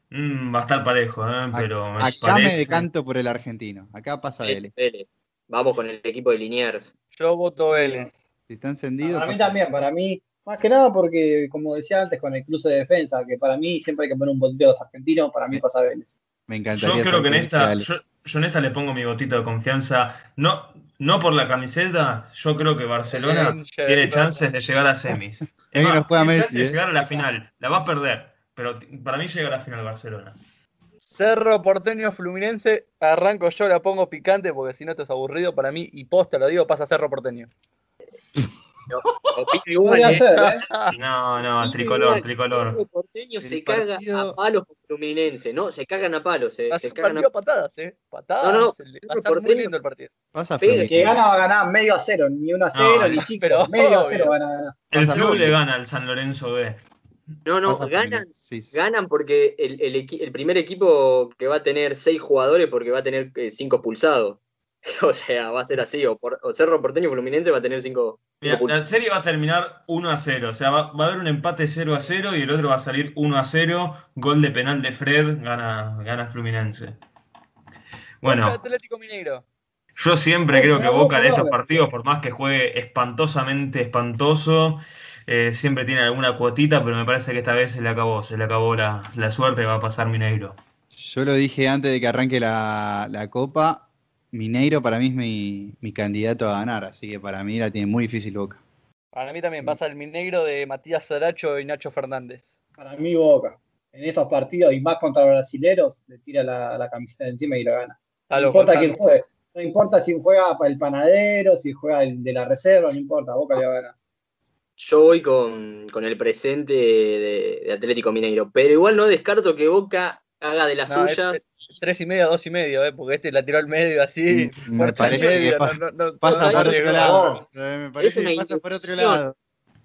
Speaker 6: Mm, va a estar parejo, ¿eh? pero me
Speaker 8: Acá me
Speaker 6: parece-
Speaker 8: decanto por el argentino. Acá pasa Vélez.
Speaker 7: Vélez. Vamos con el equipo de Liniers.
Speaker 5: Yo voto Vélez.
Speaker 8: Si está encendido,
Speaker 9: Para mí
Speaker 8: pasa
Speaker 9: también, para mí. Más que nada porque, como decía antes, con el cruce de defensa, que para mí siempre hay que poner un botito a los argentinos, para mí pasa Vélez.
Speaker 8: Me
Speaker 6: Yo
Speaker 8: encantaría.
Speaker 6: creo que en
Speaker 8: saber
Speaker 6: esta,
Speaker 8: cómo se
Speaker 6: yo, yo en esta le pongo mi gotito de confianza. No, no por la camiseta, yo creo que Barcelona
Speaker 5: Hincha de
Speaker 6: tiene
Speaker 5: Barcelona.
Speaker 6: chances de llegar a semis. Es
Speaker 8: que
Speaker 6: más,
Speaker 8: nos juega
Speaker 6: tiene
Speaker 8: Messi,
Speaker 6: chances de
Speaker 8: eh.
Speaker 6: llegar a la final, la va a perder, pero t- para mí llega a la final Barcelona.
Speaker 5: Cerro Porteño Fluminense, arranco yo, la pongo picante porque si no te es aburrido para mí y posta, lo digo, pasa Cerro Porteño.
Speaker 7: Opino igual,
Speaker 9: Podría
Speaker 7: ¿eh?
Speaker 9: ser, ¿eh?
Speaker 6: No, no,
Speaker 7: Opino
Speaker 6: tricolor,
Speaker 7: igual.
Speaker 6: tricolor.
Speaker 8: eh,
Speaker 7: Cerro Porteño se
Speaker 8: El
Speaker 7: caga
Speaker 8: partido-
Speaker 7: a palos con Fluminense, ¿no? Se cagan a palos, eh,
Speaker 5: Ha
Speaker 7: se
Speaker 5: sido un
Speaker 7: cagan a
Speaker 5: partido a patadas, ¿eh? Patadas.
Speaker 7: No, no, no,
Speaker 5: se le-
Speaker 7: Cerro
Speaker 5: va a ser muy
Speaker 7: Porteño.
Speaker 5: lindo el partido.
Speaker 8: Pasa
Speaker 7: Pero
Speaker 9: El ¿eh? que
Speaker 8: Fluminense.
Speaker 9: gana va a ganar medio a cero, ni uno a cero,
Speaker 6: No,
Speaker 9: ni cinco.
Speaker 5: pero
Speaker 9: medio a
Speaker 5: obvio.
Speaker 9: cero van a ganar.
Speaker 6: El
Speaker 8: Pasa
Speaker 6: club le
Speaker 8: Fluminense.
Speaker 6: gana al San Lorenzo B.
Speaker 7: No, no,
Speaker 8: Pasa
Speaker 7: ganan,
Speaker 8: Fluminense, sí, sí.
Speaker 7: ganan porque el, el equi- el primer equipo que va a tener seis jugadores porque va a tener eh, cinco pulsados. O sea, va a ser así. O, por- o Cerro Porteño Fluminense va a tener cinco,
Speaker 6: Mira,
Speaker 7: cinco
Speaker 6: la
Speaker 7: pulsados.
Speaker 6: serie va a terminar 1 a 0, o sea, va, va a haber un empate 0 a 0 y el otro va a salir 1 a 0, gol de penal de Fred, gana, gana Fluminense. Bueno,
Speaker 5: Boca Atlético Mineiro.
Speaker 6: Yo siempre creo que
Speaker 9: Vamos,
Speaker 6: Boca en
Speaker 9: vamos,
Speaker 6: estos
Speaker 9: vamos.
Speaker 6: partidos, por más que juegue espantosamente espantoso, eh, siempre tiene alguna cuotita, pero me parece que esta vez se le acabó, se le acabó la, la suerte, va a pasar Mineiro.
Speaker 8: Yo lo dije antes de que arranque la, la copa. Mineiro para mí es mi, mi candidato a ganar, así que para mí la tiene muy difícil Boca.
Speaker 5: Para mí también pasa el Mineiro de Matías Saracho y Nacho Fernández.
Speaker 9: Para mí, Boca. En estos partidos, y más contra brasileros, le tira la, la camiseta de encima y lo gana.
Speaker 5: Está
Speaker 9: no
Speaker 5: loco,
Speaker 9: importa
Speaker 5: está
Speaker 9: quién
Speaker 5: loco.
Speaker 9: juegue. No importa si juega para el panadero, si juega el de la reserva, no importa, Boca le va a ganar.
Speaker 7: Yo voy con, con el presente de, de Atlético Mineiro, pero igual no descarto que Boca haga de las
Speaker 5: No,
Speaker 7: suyas.
Speaker 5: Tres y media, dos y medio, ¿eh? Porque este la tiró al medio así.
Speaker 8: Me
Speaker 5: fuerte al
Speaker 8: parece que
Speaker 5: medio,
Speaker 8: pa-
Speaker 5: no, no, no, no
Speaker 8: Pasa por
Speaker 5: llegó.
Speaker 8: otro lado. eh, Me
Speaker 7: Es
Speaker 8: parece
Speaker 7: una
Speaker 8: que pasa por otro
Speaker 7: indecisión.
Speaker 8: lado.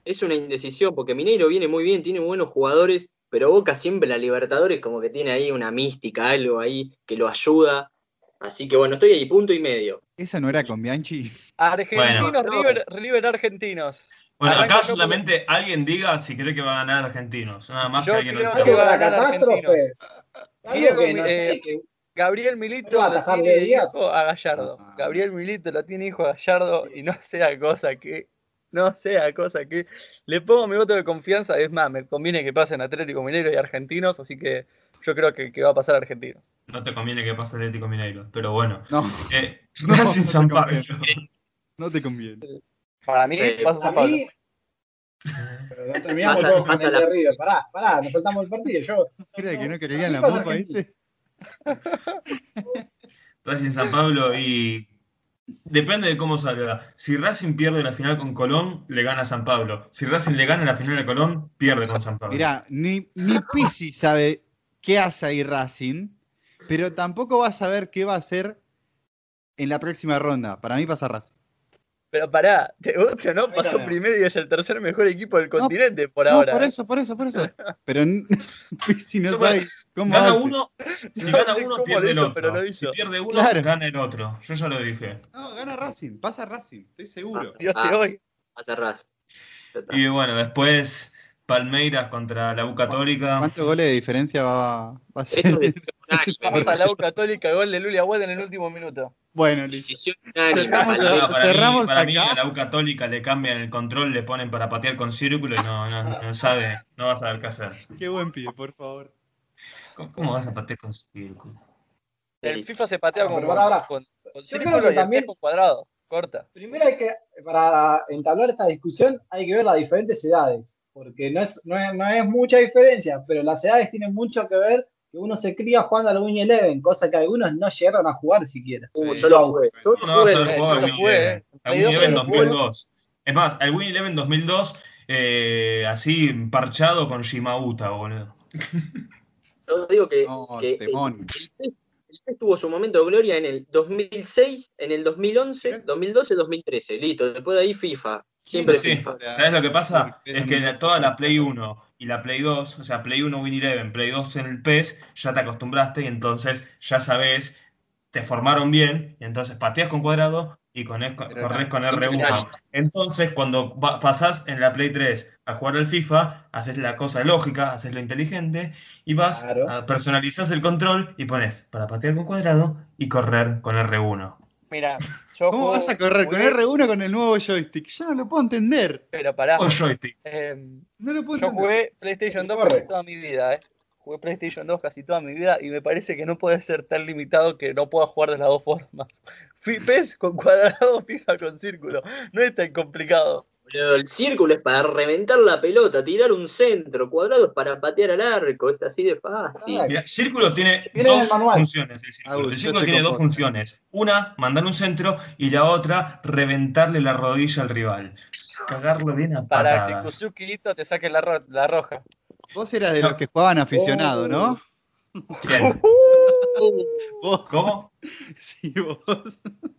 Speaker 7: Es una indecisión, porque Mineiro viene muy bien, tiene buenos jugadores, pero Boca siempre la Libertadores como que tiene ahí una mística, algo ahí que lo ayuda. Así que bueno, estoy ahí, punto y medio.
Speaker 8: ¿Eso no era con Bianchi?
Speaker 5: Argentinos,
Speaker 7: Bueno.
Speaker 5: River, River Argentinos.
Speaker 6: Bueno,
Speaker 5: Arranca
Speaker 6: acá
Speaker 5: yo con-
Speaker 6: solamente alguien diga si cree que va a ganar Argentinos, nada más
Speaker 5: Yo
Speaker 6: que alguien lo
Speaker 5: creo
Speaker 6: diga.
Speaker 5: que va-
Speaker 9: Algo
Speaker 5: a
Speaker 9: la
Speaker 5: ganar
Speaker 9: catástrofe. Algo
Speaker 5: Diego,
Speaker 9: que no
Speaker 5: eh,
Speaker 9: sé, que
Speaker 5: Gabriel Milito
Speaker 9: ¿No va a
Speaker 5: lo
Speaker 9: atajar
Speaker 5: tiene
Speaker 9: de Díaz?
Speaker 5: hijo a Gallardo.
Speaker 8: Ah.
Speaker 5: Gabriel Milito lo tiene hijo a Gallardo y no sea cosa que. No sea cosa que. Le pongo mi voto de confianza. Es más, me conviene que pasen Atlético Mineiro y Argentinos, así que yo creo que, que va a pasar Argentino.
Speaker 6: No te conviene que pase Atlético Mineiro, pero bueno.
Speaker 8: No,
Speaker 6: Eh,
Speaker 8: No,
Speaker 6: Racing
Speaker 8: no te
Speaker 6: San
Speaker 8: conviene.
Speaker 6: Pablo.
Speaker 8: no te conviene.
Speaker 5: Para mí,
Speaker 7: Eh,
Speaker 5: pasa
Speaker 9: para
Speaker 5: San Pablo.
Speaker 9: mí. Pero no terminamos
Speaker 7: Pasa-
Speaker 9: todo con
Speaker 7: pasa
Speaker 9: el
Speaker 7: la-
Speaker 9: de River. Pará, pará, nos saltamos el partido. Yo,
Speaker 8: Mira que no
Speaker 9: para
Speaker 8: creían la
Speaker 9: mí pasa
Speaker 8: mopa,
Speaker 9: Argentina.
Speaker 8: ¿viste?
Speaker 6: Racing San Pablo y Depende de cómo salga. Si Racing pierde la final con Colón, le gana a San Pablo. Si Racing le gana la final a Colón, pierde con San Pablo.
Speaker 8: Mirá, ni, ni Pisi sabe qué hace ahí Racing, pero tampoco va a saber qué va a hacer en la próxima ronda. Para mí pasa Racing.
Speaker 5: Pero pará, te gusta o no, pasó
Speaker 9: Mira.
Speaker 5: primero y es el tercer mejor equipo del continente por
Speaker 8: no,
Speaker 5: ahora.
Speaker 7: eh.
Speaker 8: por eso, por eso, por eso. Pero n- Pisi no
Speaker 6: Yo,
Speaker 8: sabe cómo
Speaker 6: Gana
Speaker 8: hace.
Speaker 6: uno, si
Speaker 5: No
Speaker 6: gana
Speaker 5: sé
Speaker 6: uno,
Speaker 5: cómo
Speaker 6: pierde
Speaker 5: lo
Speaker 6: el
Speaker 5: hizo, pero
Speaker 6: otro.
Speaker 5: lo
Speaker 6: Si
Speaker 5: hizo.
Speaker 6: pierde uno,
Speaker 8: Claro.
Speaker 6: gana el otro. Yo ya lo dije.
Speaker 8: No, gana Racing, pasa Racing, estoy seguro.
Speaker 5: Dios te
Speaker 7: Ah.
Speaker 5: oiga.
Speaker 7: a cerrar. Ya está.
Speaker 6: Y bueno, después Palmeiras contra la U Católica.
Speaker 8: ¿Cuántos goles de diferencia va, va a ser?
Speaker 7: Esto es decisión
Speaker 6: Ah,
Speaker 7: unánime.
Speaker 5: Pasa la U Católica, gol de Lulia Wad en el último minuto.
Speaker 8: Bueno, listo.
Speaker 7: Decisión unánime.
Speaker 8: Cerramos
Speaker 6: No,
Speaker 8: a-
Speaker 7: Palmeiras.
Speaker 6: para
Speaker 8: cerramos
Speaker 6: mí, para mí
Speaker 8: acá.
Speaker 6: a la U Católica le cambian el control, le ponen para patear con círculo y no, no, no sabe, no va a saber qué hacer.
Speaker 8: Qué buen pie, por favor.
Speaker 6: ¿Cómo, cómo vas a patear con círculo?
Speaker 5: El FIFA se patea
Speaker 9: Ah,
Speaker 5: con,
Speaker 9: pero pará, pará.
Speaker 5: con, con
Speaker 9: creo
Speaker 5: círculo
Speaker 9: que
Speaker 5: y el
Speaker 9: también-
Speaker 5: pie con cuadrado. Corta.
Speaker 9: Primero hay que, para entablar esta discusión, hay que ver las diferentes edades, porque no es, no es, no es mucha diferencia, pero las edades tienen mucho que ver que uno se cría jugando al Win Eleven, cosa que algunos no llegaron a jugar siquiera.
Speaker 7: Uh,
Speaker 8: Sí.
Speaker 7: yo lo jugué. Yo
Speaker 6: ¿Cómo no vas a
Speaker 7: lo
Speaker 6: haber
Speaker 5: eh,
Speaker 7: jugué.
Speaker 5: yo
Speaker 6: jugado al
Speaker 5: lo
Speaker 6: Win
Speaker 5: jugué,
Speaker 6: Eleven?
Speaker 5: eh.
Speaker 6: Al
Speaker 5: Play
Speaker 6: Win
Speaker 5: Doh,
Speaker 6: Eleven
Speaker 5: pero lo jugué.
Speaker 6: 2002. Es más, al Win Eleven 2002, eh, así parchado con Shimauta, boludo.
Speaker 7: Yo digo que,
Speaker 8: No,
Speaker 7: que el,
Speaker 8: temón.
Speaker 7: el PES el PES tuvo su momento de gloria en el 2006, en el 2011, 2012, 2013. Listo, después de ahí FIFA. Siempre
Speaker 6: Sí.
Speaker 7: FIFA.
Speaker 6: ¿Sabes lo que pasa?
Speaker 8: Porque
Speaker 6: Es que la-
Speaker 8: no-
Speaker 6: toda la Play 1 y la Play 2, o sea, Play 1 Win Eleven, Play 2 en el PES, ya te acostumbraste y entonces ya sabes, te formaron bien, y entonces pateas con cuadrado y con, el-
Speaker 8: Pero
Speaker 6: corres
Speaker 8: la-
Speaker 6: con
Speaker 7: Claro.
Speaker 6: R1. Entonces, cuando va- pasás en la Play 3 a jugar al FIFA, haces la cosa lógica, haces lo inteligente y vas,
Speaker 9: Claro.
Speaker 6: a, personalizás el control y pones para patear con cuadrado y correr con R1.
Speaker 5: Mira, yo
Speaker 8: ¿Cómo
Speaker 5: jugué-
Speaker 8: vas a correr con
Speaker 5: jugué,
Speaker 8: R1 con el nuevo joystick? Yo no lo puedo entender.
Speaker 5: Pero pará.
Speaker 6: O joystick.
Speaker 5: em,
Speaker 8: No lo puedo
Speaker 5: yo
Speaker 8: entender.
Speaker 5: jugué PlayStation 2
Speaker 9: Corre.
Speaker 5: casi toda mi vida, eh. Jugué PlayStation 2 casi toda mi vida y me parece que no puede ser tan limitado que no pueda jugar de las dos formas. Fi- PES con cuadrado, FIFA con círculo. No es tan complicado.
Speaker 7: Boludo, El círculo es para reventar la pelota, tirar un centro, cuadrados para patear al arco, es así de fácil.
Speaker 9: Claro.
Speaker 6: Mira, círculo tiene
Speaker 9: Viene en el
Speaker 6: dos
Speaker 9: manual.
Speaker 6: funciones. El círculo,
Speaker 8: Agus,
Speaker 6: El
Speaker 8: yo
Speaker 6: círculo
Speaker 8: te
Speaker 6: tiene dos
Speaker 8: confundo.
Speaker 6: funciones. Una, mandar un centro y la otra, reventarle la rodilla al rival. Cagarlo bien a
Speaker 5: Para que
Speaker 6: patadas.
Speaker 5: Kuzuki Ito te saque la, ro- la roja.
Speaker 8: Vos eras de
Speaker 6: No.
Speaker 8: los que jugaban aficionado,
Speaker 9: Oh.
Speaker 8: ¿no?
Speaker 6: Bien. Oh.
Speaker 8: Vos.
Speaker 6: ¿Cómo?
Speaker 8: Sí, vos.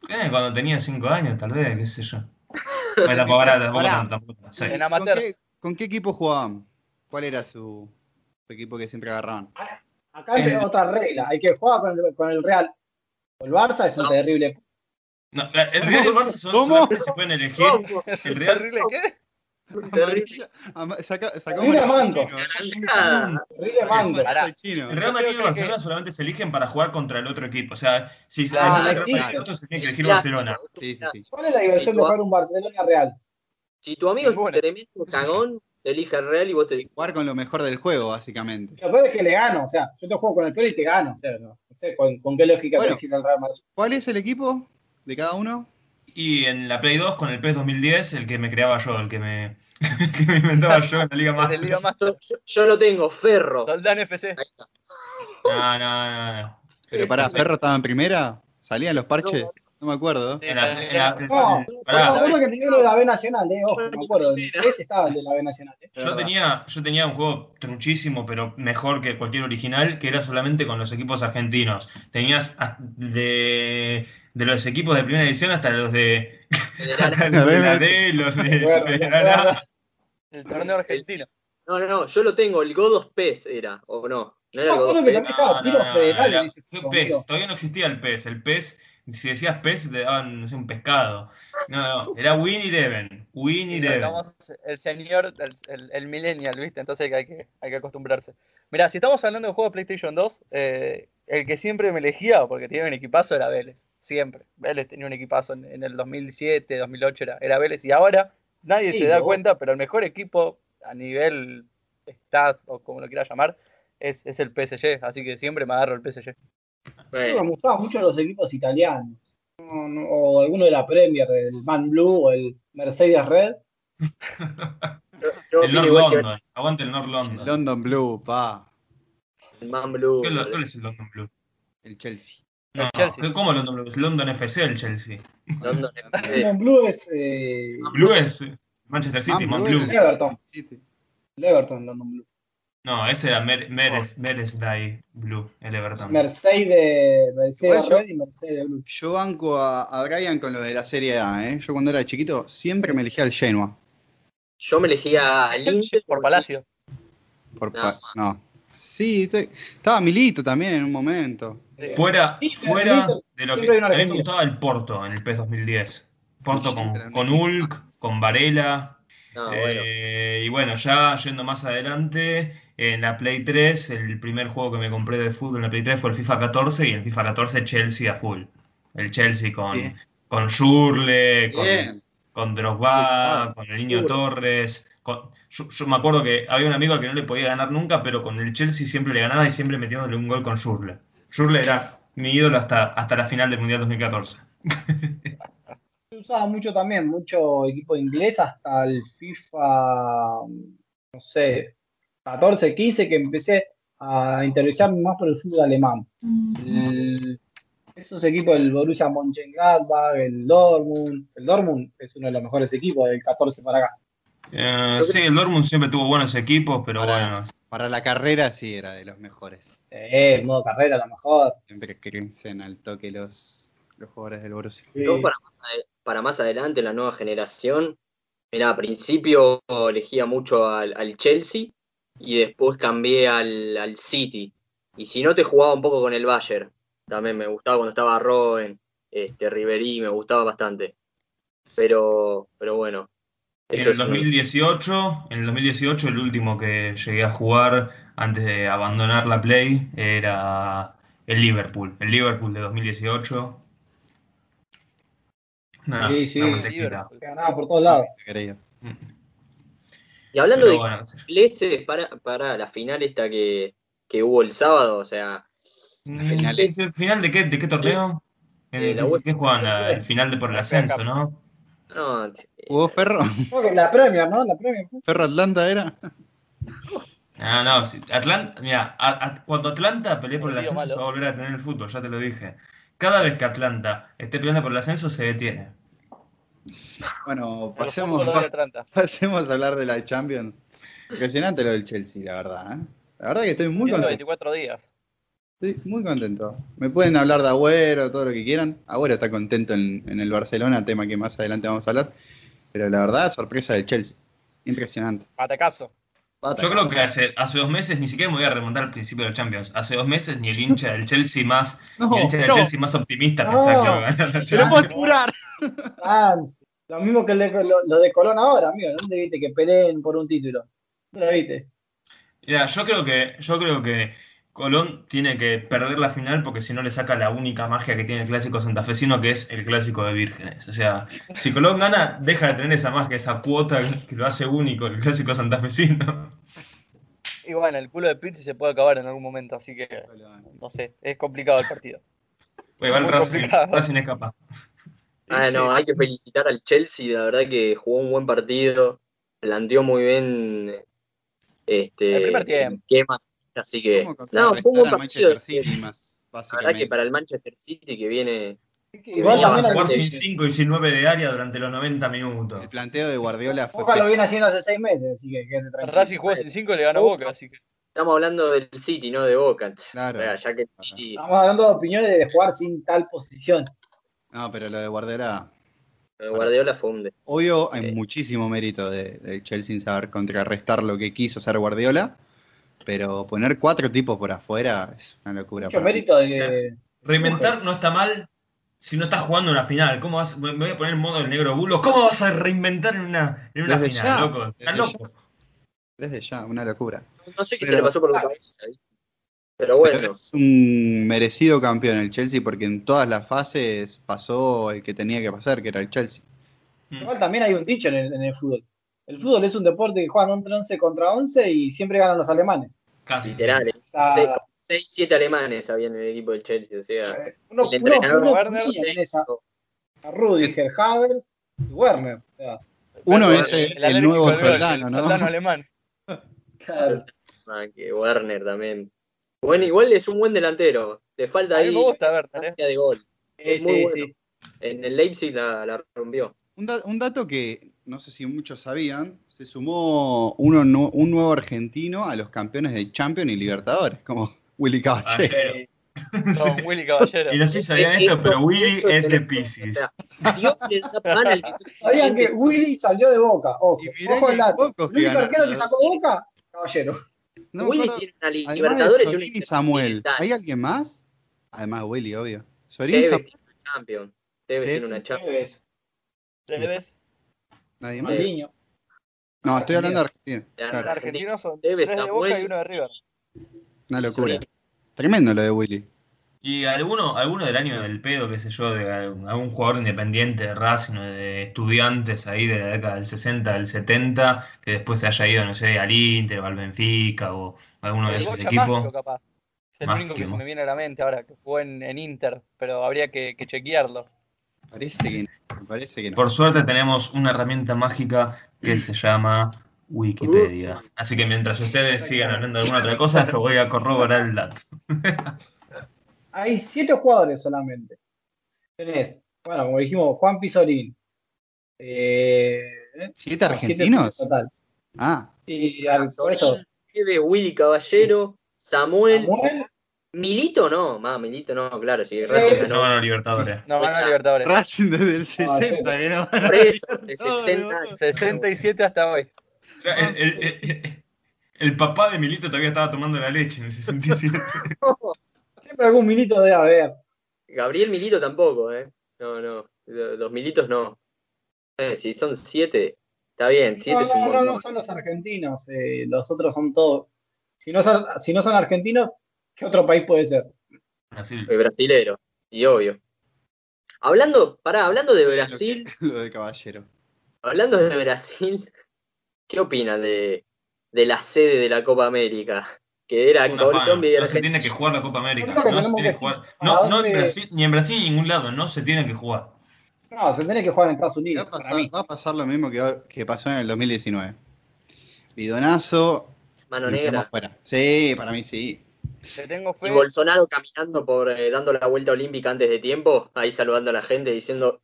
Speaker 6: Eh, cuando tenía cinco años, tal vez, qué sé yo. Bueno, tampoco tampoco
Speaker 8: Pará.
Speaker 6: tanto, tampoco tanto, sí.
Speaker 5: En
Speaker 8: ¿Con
Speaker 5: amateur.
Speaker 8: qué, con qué equipo jugaban? ¿Cuál era su, su equipo que siempre agarraban?
Speaker 9: Acá hay
Speaker 6: Eh.
Speaker 9: otra regla, hay que jugar con el, con el Real. O el Barça es un
Speaker 7: No.
Speaker 9: terrible.
Speaker 6: No, el Real y el Barça son, son
Speaker 8: ¿Cómo?
Speaker 6: las que se pueden elegir.
Speaker 7: Vamos,
Speaker 5: ¿Es
Speaker 6: El Real-
Speaker 5: terrible qué?
Speaker 8: Amarilla. ama- saca, sacó
Speaker 9: Mira,
Speaker 8: amarilla
Speaker 9: mando.
Speaker 8: chino.
Speaker 6: Sos un
Speaker 7: Nada.
Speaker 6: tonto.
Speaker 9: Terrible mando.
Speaker 5: Pará.
Speaker 8: Amarilla chino.
Speaker 6: El Real
Speaker 5: Yo
Speaker 6: Madrid y el
Speaker 5: creo que-
Speaker 6: Barcelona solamente se eligen para jugar contra el otro equipo. O sea, si se
Speaker 7: Ah,
Speaker 6: elige el Real
Speaker 9: existe.
Speaker 6: Madrid y el otro, se tiene que elegir
Speaker 7: Clásico,
Speaker 6: Barcelona.
Speaker 8: Sí, sí, sí.
Speaker 9: ¿Cuál es la diversión de jugar un Barcelona Real?
Speaker 7: Si tu amigo es un
Speaker 5: Ninguna.
Speaker 7: tremendo cagón, te elige al Real y vos te
Speaker 8: Y jugar con lo mejor del juego, básicamente.
Speaker 9: Lo peor es que le gano, o sea, yo te juego con el peor y te gano, o sea, no, no sé con, con qué lógica
Speaker 8: Bueno.
Speaker 9: elegís al Real Madrid.
Speaker 8: ¿Cuál es el equipo de cada uno?
Speaker 6: Y en la Play 2 con el PES 2010, el que me creaba yo, el que me, el que me inventaba yo en la Liga
Speaker 5: En el
Speaker 6: Master.
Speaker 5: Liga Master.
Speaker 7: Yo, yo- yo lo tengo, Ferro.
Speaker 5: Soldán FC.
Speaker 7: Ahí está.
Speaker 6: No, no, no. no.
Speaker 8: Pero para
Speaker 6: Sí.
Speaker 8: Ferro estaba en primera, salían los parches, no me acuerdo.
Speaker 5: Sí,
Speaker 6: En la- en la-
Speaker 9: No,
Speaker 6: pará,
Speaker 9: no, que tenía lo de la B Nacional, eh, ojo, me acuerdo, ese estaba el de la B Nacional. eh.
Speaker 8: verdad.
Speaker 6: yo, tenía, yo tenía un juego truchísimo, pero mejor que cualquier original, que era solamente con los equipos argentinos. Tenías a- de, de los equipos de primera edición hasta los de,
Speaker 7: Federal.
Speaker 6: los de la D, los de
Speaker 9: Bueno,
Speaker 6: Federal A.
Speaker 5: El torneo argentino.
Speaker 7: No, no, no, yo lo tengo, el Godos PES era, o no. No
Speaker 9: Me
Speaker 7: era el
Speaker 9: acuerdo
Speaker 7: Godos
Speaker 9: que
Speaker 7: PES.
Speaker 9: también estaba Piro Federal
Speaker 6: era-
Speaker 9: en ese
Speaker 6: fue
Speaker 9: equipo,
Speaker 6: PES,
Speaker 9: amigo.
Speaker 6: E todavía no existía el pez. El pez, si decías pez, te daban, no sé, un pescado. No, no, era Win Eleven. Win
Speaker 5: Y
Speaker 6: Eleven.
Speaker 5: estamos- el señor, el, el, el millennial, ¿viste? Entonces hay que, hay que acostumbrarse. Mirá, si estamos hablando de juegos de PlayStation 2, eh, el que siempre me elegía, porque tenía un equipazo, era Vélez. Siempre. Vélez tenía un equipazo en, en el 2007, 2008, era, era Vélez. Y ahora nadie
Speaker 9: Sí,
Speaker 5: se da
Speaker 9: ¿no?
Speaker 5: cuenta, pero el mejor equipo a nivel stats o como lo quiera llamar es, es el PSG. Así que siempre me agarro el PSG.
Speaker 9: Creo que
Speaker 7: Bueno,
Speaker 9: me gustaban mucho los equipos italianos. No, no, o alguno de la Premier, el Man Blue o el Mercedes Red.
Speaker 7: yo, yo
Speaker 6: El
Speaker 7: opino
Speaker 6: North
Speaker 7: igual que
Speaker 6: London. Aguante el North London.
Speaker 8: London Blue, pa,
Speaker 7: el Man Blue.
Speaker 6: ¿Cuál es el London Blue?
Speaker 8: el Chelsea.
Speaker 5: El
Speaker 6: No,
Speaker 5: Chelsea.
Speaker 6: ¿Cómo London Blues? London FC el Chelsea.
Speaker 7: London FC.
Speaker 9: London Blue es eh,
Speaker 6: Blues, Manchester City,
Speaker 8: Man
Speaker 6: Man
Speaker 8: Blue.
Speaker 6: Blue.
Speaker 9: Everton.
Speaker 8: Ah, City.
Speaker 9: el Everton, London Blue.
Speaker 6: No, ese era Mer Meres, Meres Dai Blue, el Everton.
Speaker 9: Mercedes, Mercedes
Speaker 8: Igual yo-
Speaker 9: Red y Mercedes Blue.
Speaker 8: Yo banco a, a Brian con lo de la Serie A, ¿eh? Yo cuando era chiquito siempre me elegía al Genoa.
Speaker 7: Yo me elegía al Inter
Speaker 5: Por Palacio.
Speaker 8: Por
Speaker 7: No.
Speaker 8: pa- no. Sí, te- estaba Milito también en un momento.
Speaker 6: Fuera,
Speaker 9: Inter,
Speaker 6: fuera
Speaker 9: Inter,
Speaker 6: de lo que.
Speaker 9: siempre hay una
Speaker 6: A mí me
Speaker 9: Argentina.
Speaker 6: gustaba el Porto en el E PES 2010. Porto con,
Speaker 8: Siempre.
Speaker 6: con Hulk, con Varela.
Speaker 7: No, Ah, bueno.
Speaker 6: Eh, y bueno, ya yendo más adelante, en la Play 3, el primer juego que me compré de fútbol en la Play 3 fue el FIFA 14 y el FIFA 14 Chelsea a full. El Chelsea con,
Speaker 8: Bien.
Speaker 6: con Schürrle, con,
Speaker 8: Bien.
Speaker 6: con
Speaker 8: Pensado.
Speaker 6: Drogba, con el Niño Torres. con- yo, yo me acuerdo que había un amigo al que no le podía ganar nunca, pero con el Chelsea siempre le ganaba y siempre metiéndole un gol con Schürrle. Schürrle era mi ídolo hasta, hasta la final del Mundial 2014.
Speaker 9: Se usaba mucho también, mucho equipo inglés hasta el FIFA, no sé, 14, 15, que empecé a interesarme más por el fútbol alemán. El- esos equipos, el Borussia Mönchengladbach, el Dortmund, el Dortmund es uno de los mejores equipos del 14 para acá.
Speaker 6: Eh, sí, el Dortmund siempre tuvo buenos equipos, pero
Speaker 8: Pará.
Speaker 6: bueno,
Speaker 8: Para la carrera sí era de los mejores.
Speaker 9: Eh, modo carrera, a lo mejor.
Speaker 8: Siempre crecen al toque los, los jugadores del Borussia.
Speaker 9: Sí.
Speaker 7: Yo para más, ade- para más adelante, la nueva generación, mira, al principio elegía mucho al, al Chelsea y después cambié al, al City. Y si no, te jugaba un poco con el Bayern. También me gustaba cuando estaba Robben, este, Ribery, me gustaba bastante. Pero, pero bueno.
Speaker 6: En
Speaker 7: eso
Speaker 6: el
Speaker 7: es un-
Speaker 6: 2018, en el 2018 el último que llegué a jugar antes de abandonar la Play era el Liverpool, el Liverpool de 2018. Nada,
Speaker 9: Sí, sí.
Speaker 6: una
Speaker 9: Ah,
Speaker 6: mantequita.
Speaker 5: Liverpool.
Speaker 9: Que ganaba por todos lados.
Speaker 8: Querido.
Speaker 7: Y hablando
Speaker 6: Pero
Speaker 7: de
Speaker 6: bueno,
Speaker 7: ingleses, para, para la final esta que, que hubo el sábado, o sea,
Speaker 8: final
Speaker 6: ¿el final de qué, de qué torneo?
Speaker 7: de la
Speaker 6: ¿En-
Speaker 7: UEFA.
Speaker 6: ¿Qué juegan? La- El final de por el ascenso, ¿no?
Speaker 7: no,
Speaker 8: ¿Jugó Ferro?
Speaker 9: Creo que la Premier, ¿no? La Premier. fue.
Speaker 8: ¿Ferro Atlanta era?
Speaker 6: Ah, no, sí, Atlan- mira, a- a- cuando Atlanta pelee por el
Speaker 5: Me dio
Speaker 6: ascenso
Speaker 5: malo.
Speaker 6: se va a volver a tener el fútbol, ya te lo dije. Cada vez que Atlanta esté peleando por el ascenso se detiene.
Speaker 8: Bueno,
Speaker 5: El
Speaker 8: pasemos,
Speaker 5: fútbol de Atlanta.
Speaker 8: pasemos a hablar de la Champions. Impresionante lo del Chelsea, la verdad. ¿eh? La verdad que estoy muy contento.
Speaker 5: 124 días.
Speaker 8: Estoy muy contento. Me pueden hablar de Agüero, todo lo que quieran. Agüero está contento en, en el Barcelona, tema que más adelante vamos a hablar. Pero la verdad, sorpresa del Chelsea. Impresionante.
Speaker 5: Atacazo.
Speaker 8: Pata.
Speaker 6: Yo creo que hace, hace dos meses, ni siquiera me voy a remontar al principio de Champions. Hace dos meses ni el hincha del Chelsea más,
Speaker 8: No,
Speaker 6: ni el hincha del
Speaker 8: no,
Speaker 6: Chelsea más optimista
Speaker 9: No.
Speaker 6: pensaba que iba a ganar la
Speaker 8: te lo
Speaker 6: Champions.
Speaker 8: puedo asegurar.
Speaker 9: Ah, lo mismo que el de- lo, lo de Colón ahora, amigo. ¿Dónde viste que peleen por un título? ¿Dónde lo viste?
Speaker 6: Mira, yo creo que, yo creo que Colón tiene que perder la final porque si no le saca la única magia que tiene el clásico santafesino, que es el clásico de vírgenes. O sea, si Colón gana, deja de tener esa magia, esa cuota que lo hace único el clásico santafesino.
Speaker 5: Y bueno, el culo de Pizzi se puede acabar en algún momento, así que no sé, es complicado el partido.
Speaker 6: Oye, Pues va el
Speaker 5: Muy
Speaker 6: Racing,
Speaker 5: complicado.
Speaker 6: Racing es capaz.
Speaker 7: Ah, no, hay que felicitar al Chelsea, la verdad que jugó un buen partido, planteó muy bien este
Speaker 5: El primer tiempo.
Speaker 7: esquema, así que
Speaker 8: ¿Cómo
Speaker 7: Eh, no,
Speaker 8: contrarrestar
Speaker 7: fue un buen
Speaker 8: a
Speaker 7: partido.
Speaker 8: Manchester City más,
Speaker 7: La verdad que
Speaker 8: básicamente?
Speaker 7: para el Manchester City que viene
Speaker 9: Igual
Speaker 7: Venía
Speaker 9: también
Speaker 6: Vamos a
Speaker 9: al-
Speaker 6: jugar sin
Speaker 7: bastante bien.
Speaker 6: 5 y sin 9 de área durante los 90 minutos.
Speaker 8: El planteo de Guardiola fue
Speaker 9: Boca lo viene
Speaker 8: pésimo.
Speaker 9: haciendo hace seis meses, así que quédate
Speaker 5: El
Speaker 9: tranquilo.
Speaker 5: Racing jugó sin 5 y le ganó Boca, así que.
Speaker 7: estamos hablando del City, no de Boca.
Speaker 8: Claro.
Speaker 7: O sea, ya que el City
Speaker 9: Estamos hablando de opiniones de jugar sin tal posición.
Speaker 8: No, pero lo de Guardiola.
Speaker 7: eh, Guardiola fue un de-
Speaker 8: Obvio, hay
Speaker 7: Eh.
Speaker 8: muchísimo mérito de, de Chelsea en saber contrarrestar lo que quiso hacer Guardiola. Pero poner cuatro tipos por afuera es una locura.
Speaker 9: Mucho
Speaker 8: para mí.
Speaker 9: mérito de.
Speaker 6: Reinventar no está mal si no estás jugando una final. ¿Cómo vas? Me me voy a poner en modo el negro bulo. ¿Cómo vas a reinventar en una, en una
Speaker 8: Desde
Speaker 6: final,
Speaker 8: ya,
Speaker 6: loco? Estás
Speaker 8: desde
Speaker 6: loco.
Speaker 8: Desde ya, una locura.
Speaker 7: No sé qué se
Speaker 8: Pero-
Speaker 7: le pasó por la cabeza ahí. Pero bueno,
Speaker 8: Pero es un merecido campeón el Chelsea porque en todas las fases pasó el que tenía que pasar, que era el Chelsea.
Speaker 6: Mm.
Speaker 9: Igual también hay un dicho en el, en el fútbol. El fútbol es un deporte que juegan 11 contra 11 y siempre ganan los alemanes.
Speaker 6: Casi.
Speaker 7: literal, eh,
Speaker 9: O sea,
Speaker 7: Sí. 6-7 alemanes había en el equipo del Chelsea, o sea,
Speaker 9: eh, uno,
Speaker 7: El entrenador
Speaker 9: uno- uno
Speaker 5: Werner,
Speaker 9: ponía
Speaker 7: sí.
Speaker 9: en esa- a Rudiger, Havertz y Werner. O sea,
Speaker 8: Uno
Speaker 5: Pero
Speaker 8: es el, el
Speaker 5: alérgico
Speaker 8: nuevo
Speaker 5: al gol,
Speaker 8: soldano,
Speaker 5: el
Speaker 8: ¿no?
Speaker 5: Soldano alemán.
Speaker 9: claro.
Speaker 7: ah, que Werner también. Bueno, igual es un buen delantero. Le falta
Speaker 5: A mí
Speaker 7: ahí
Speaker 5: me gusta
Speaker 8: ¿eh?
Speaker 5: ¿eh? Bertales.
Speaker 7: distancia de gol.
Speaker 9: Sí,
Speaker 7: muy
Speaker 9: sí,
Speaker 7: bueno.
Speaker 9: sí.
Speaker 7: En el Leipzig la, la rompió.
Speaker 8: Un, da- un dato que no sé si muchos sabían, se sumó uno nu- un nuevo argentino a los campeones de Champions y Libertadores, como Willy Caballero.
Speaker 6: Caballero.
Speaker 5: Don Willy Caballero.
Speaker 6: Ah, Y no sé si sabían
Speaker 7: Eso-
Speaker 6: esto, pero Willy
Speaker 7: eso
Speaker 6: es
Speaker 7: te
Speaker 6: de
Speaker 7: lo-
Speaker 6: Pisces.
Speaker 7: o sea, Dios le da pan al que
Speaker 9: Sabían que Willy salió de Boca. Ojo,
Speaker 8: Y mirá
Speaker 9: ojo al
Speaker 8: que
Speaker 9: dato.
Speaker 8: pocos
Speaker 9: El único
Speaker 8: que
Speaker 9: arquero que
Speaker 8: ganaron.
Speaker 9: sacó Boca, caballero.
Speaker 8: No me
Speaker 7: Willy
Speaker 8: acuerdo-
Speaker 7: tiene una
Speaker 8: Además de
Speaker 7: Libertadores
Speaker 8: Sorín y
Speaker 7: una
Speaker 8: Samuel,
Speaker 7: Intercontinental.
Speaker 8: ¿hay alguien más? Además de Willy, obvio. Sorín,
Speaker 7: Tevez
Speaker 8: Samuel,
Speaker 7: tiene una Champions. Tevez tiene una
Speaker 8: Tevez,
Speaker 7: Champions.
Speaker 5: Tevez.
Speaker 8: nadie más.
Speaker 9: Maldinho.
Speaker 8: No, estoy hablando de Argentina.
Speaker 5: Los
Speaker 8: Claro,
Speaker 5: argentinos son
Speaker 7: Tevez,
Speaker 5: tres de
Speaker 7: Samuel.
Speaker 5: Boca y uno de River.
Speaker 8: una locura.
Speaker 7: Sorín.
Speaker 8: Tremendo lo de Willy.
Speaker 6: Y alguno, alguno del año del pedo, qué sé yo, de algún, algún jugador independiente de Racing o de estudiantes ahí de la década del 60, del 70, que después se haya ido, no sé, al Inter o al Benfica o alguno de
Speaker 5: El
Speaker 6: esos
Speaker 5: Goya Maggio,
Speaker 6: equipos.
Speaker 5: capaz. Es el
Speaker 6: Maggio.
Speaker 5: único que se me viene a la mente ahora, que jugó en, en Inter, pero habría que, que chequearlo.
Speaker 8: Parece que no. me Parece que no.
Speaker 6: Por suerte tenemos una herramienta mágica que se llama Wikipedia. Así que mientras ustedes sigan hablando de alguna otra cosa, yo voy a corroborar el dato.
Speaker 9: Hay siete jugadores solamente. Tenés, bueno, como dijimos, Juan Pizorín. Eh,
Speaker 8: ¿Siete
Speaker 9: siete
Speaker 8: argentinos?
Speaker 9: total.
Speaker 8: Ah,
Speaker 9: Y al- por eso,
Speaker 7: Sorín, Tevez, Willy Caballero, Samuel.
Speaker 9: Samuel,
Speaker 7: Milito no, más Milito no, claro, sí.
Speaker 9: Eh,
Speaker 6: No van a Libertadores.
Speaker 5: No, ganó
Speaker 7: Cuesta.
Speaker 5: Libertadores.
Speaker 8: Racing desde el
Speaker 9: Ah,
Speaker 8: 60. que no.
Speaker 7: Preso, de
Speaker 8: No,
Speaker 7: 60
Speaker 8: no.
Speaker 5: 67 hasta hoy.
Speaker 6: O sea, el, el- el- el papá de Milito todavía estaba tomando la leche en el 67.
Speaker 9: siempre algún milito debe haber.
Speaker 7: Gabriel Milito tampoco, ¿eh? No, no. lo- Los Militos no. Eh, si son siete, está bien. Siete
Speaker 9: No,
Speaker 7: es un
Speaker 9: no, no,
Speaker 7: montón.
Speaker 9: no son los argentinos. eh, los otros son todos. Si no son, si no son argentinos, ¿qué otro país puede ser?
Speaker 6: Brasil.
Speaker 7: El brasilero, y obvio. Hablando, pará, hablando de Brasil,
Speaker 8: Lo de caballero.
Speaker 7: hablando de Brasil, ¿qué opinan de, de la sede de la Copa América? Que era
Speaker 6: Una fama.
Speaker 7: Colombia y
Speaker 6: No se
Speaker 7: Argentina.
Speaker 6: tiene que jugar la Copa América.
Speaker 9: Yo creo que
Speaker 6: No se
Speaker 9: tenemos
Speaker 6: tiene
Speaker 9: que
Speaker 6: que jugar.
Speaker 9: decir
Speaker 6: No,
Speaker 9: para
Speaker 6: no en
Speaker 9: dónde-
Speaker 6: Brasil, ni en Brasil ni en ningún lado. No se tiene que jugar.
Speaker 9: No, se tiene que jugar en Estados
Speaker 8: Va
Speaker 9: Unidos.
Speaker 8: a
Speaker 9: Para
Speaker 8: pasar,
Speaker 9: mí.
Speaker 8: va a pasar lo mismo que, va- que pasó en el 2019. Bidonazo.
Speaker 7: Mano
Speaker 8: y quedamos
Speaker 7: negra.
Speaker 8: fuera. Sí, para mí sí.
Speaker 5: Le tengo
Speaker 7: Y
Speaker 5: fe.
Speaker 7: Bolsonaro caminando por eh, dando la vuelta olímpica antes de tiempo, ahí saludando a la gente diciendo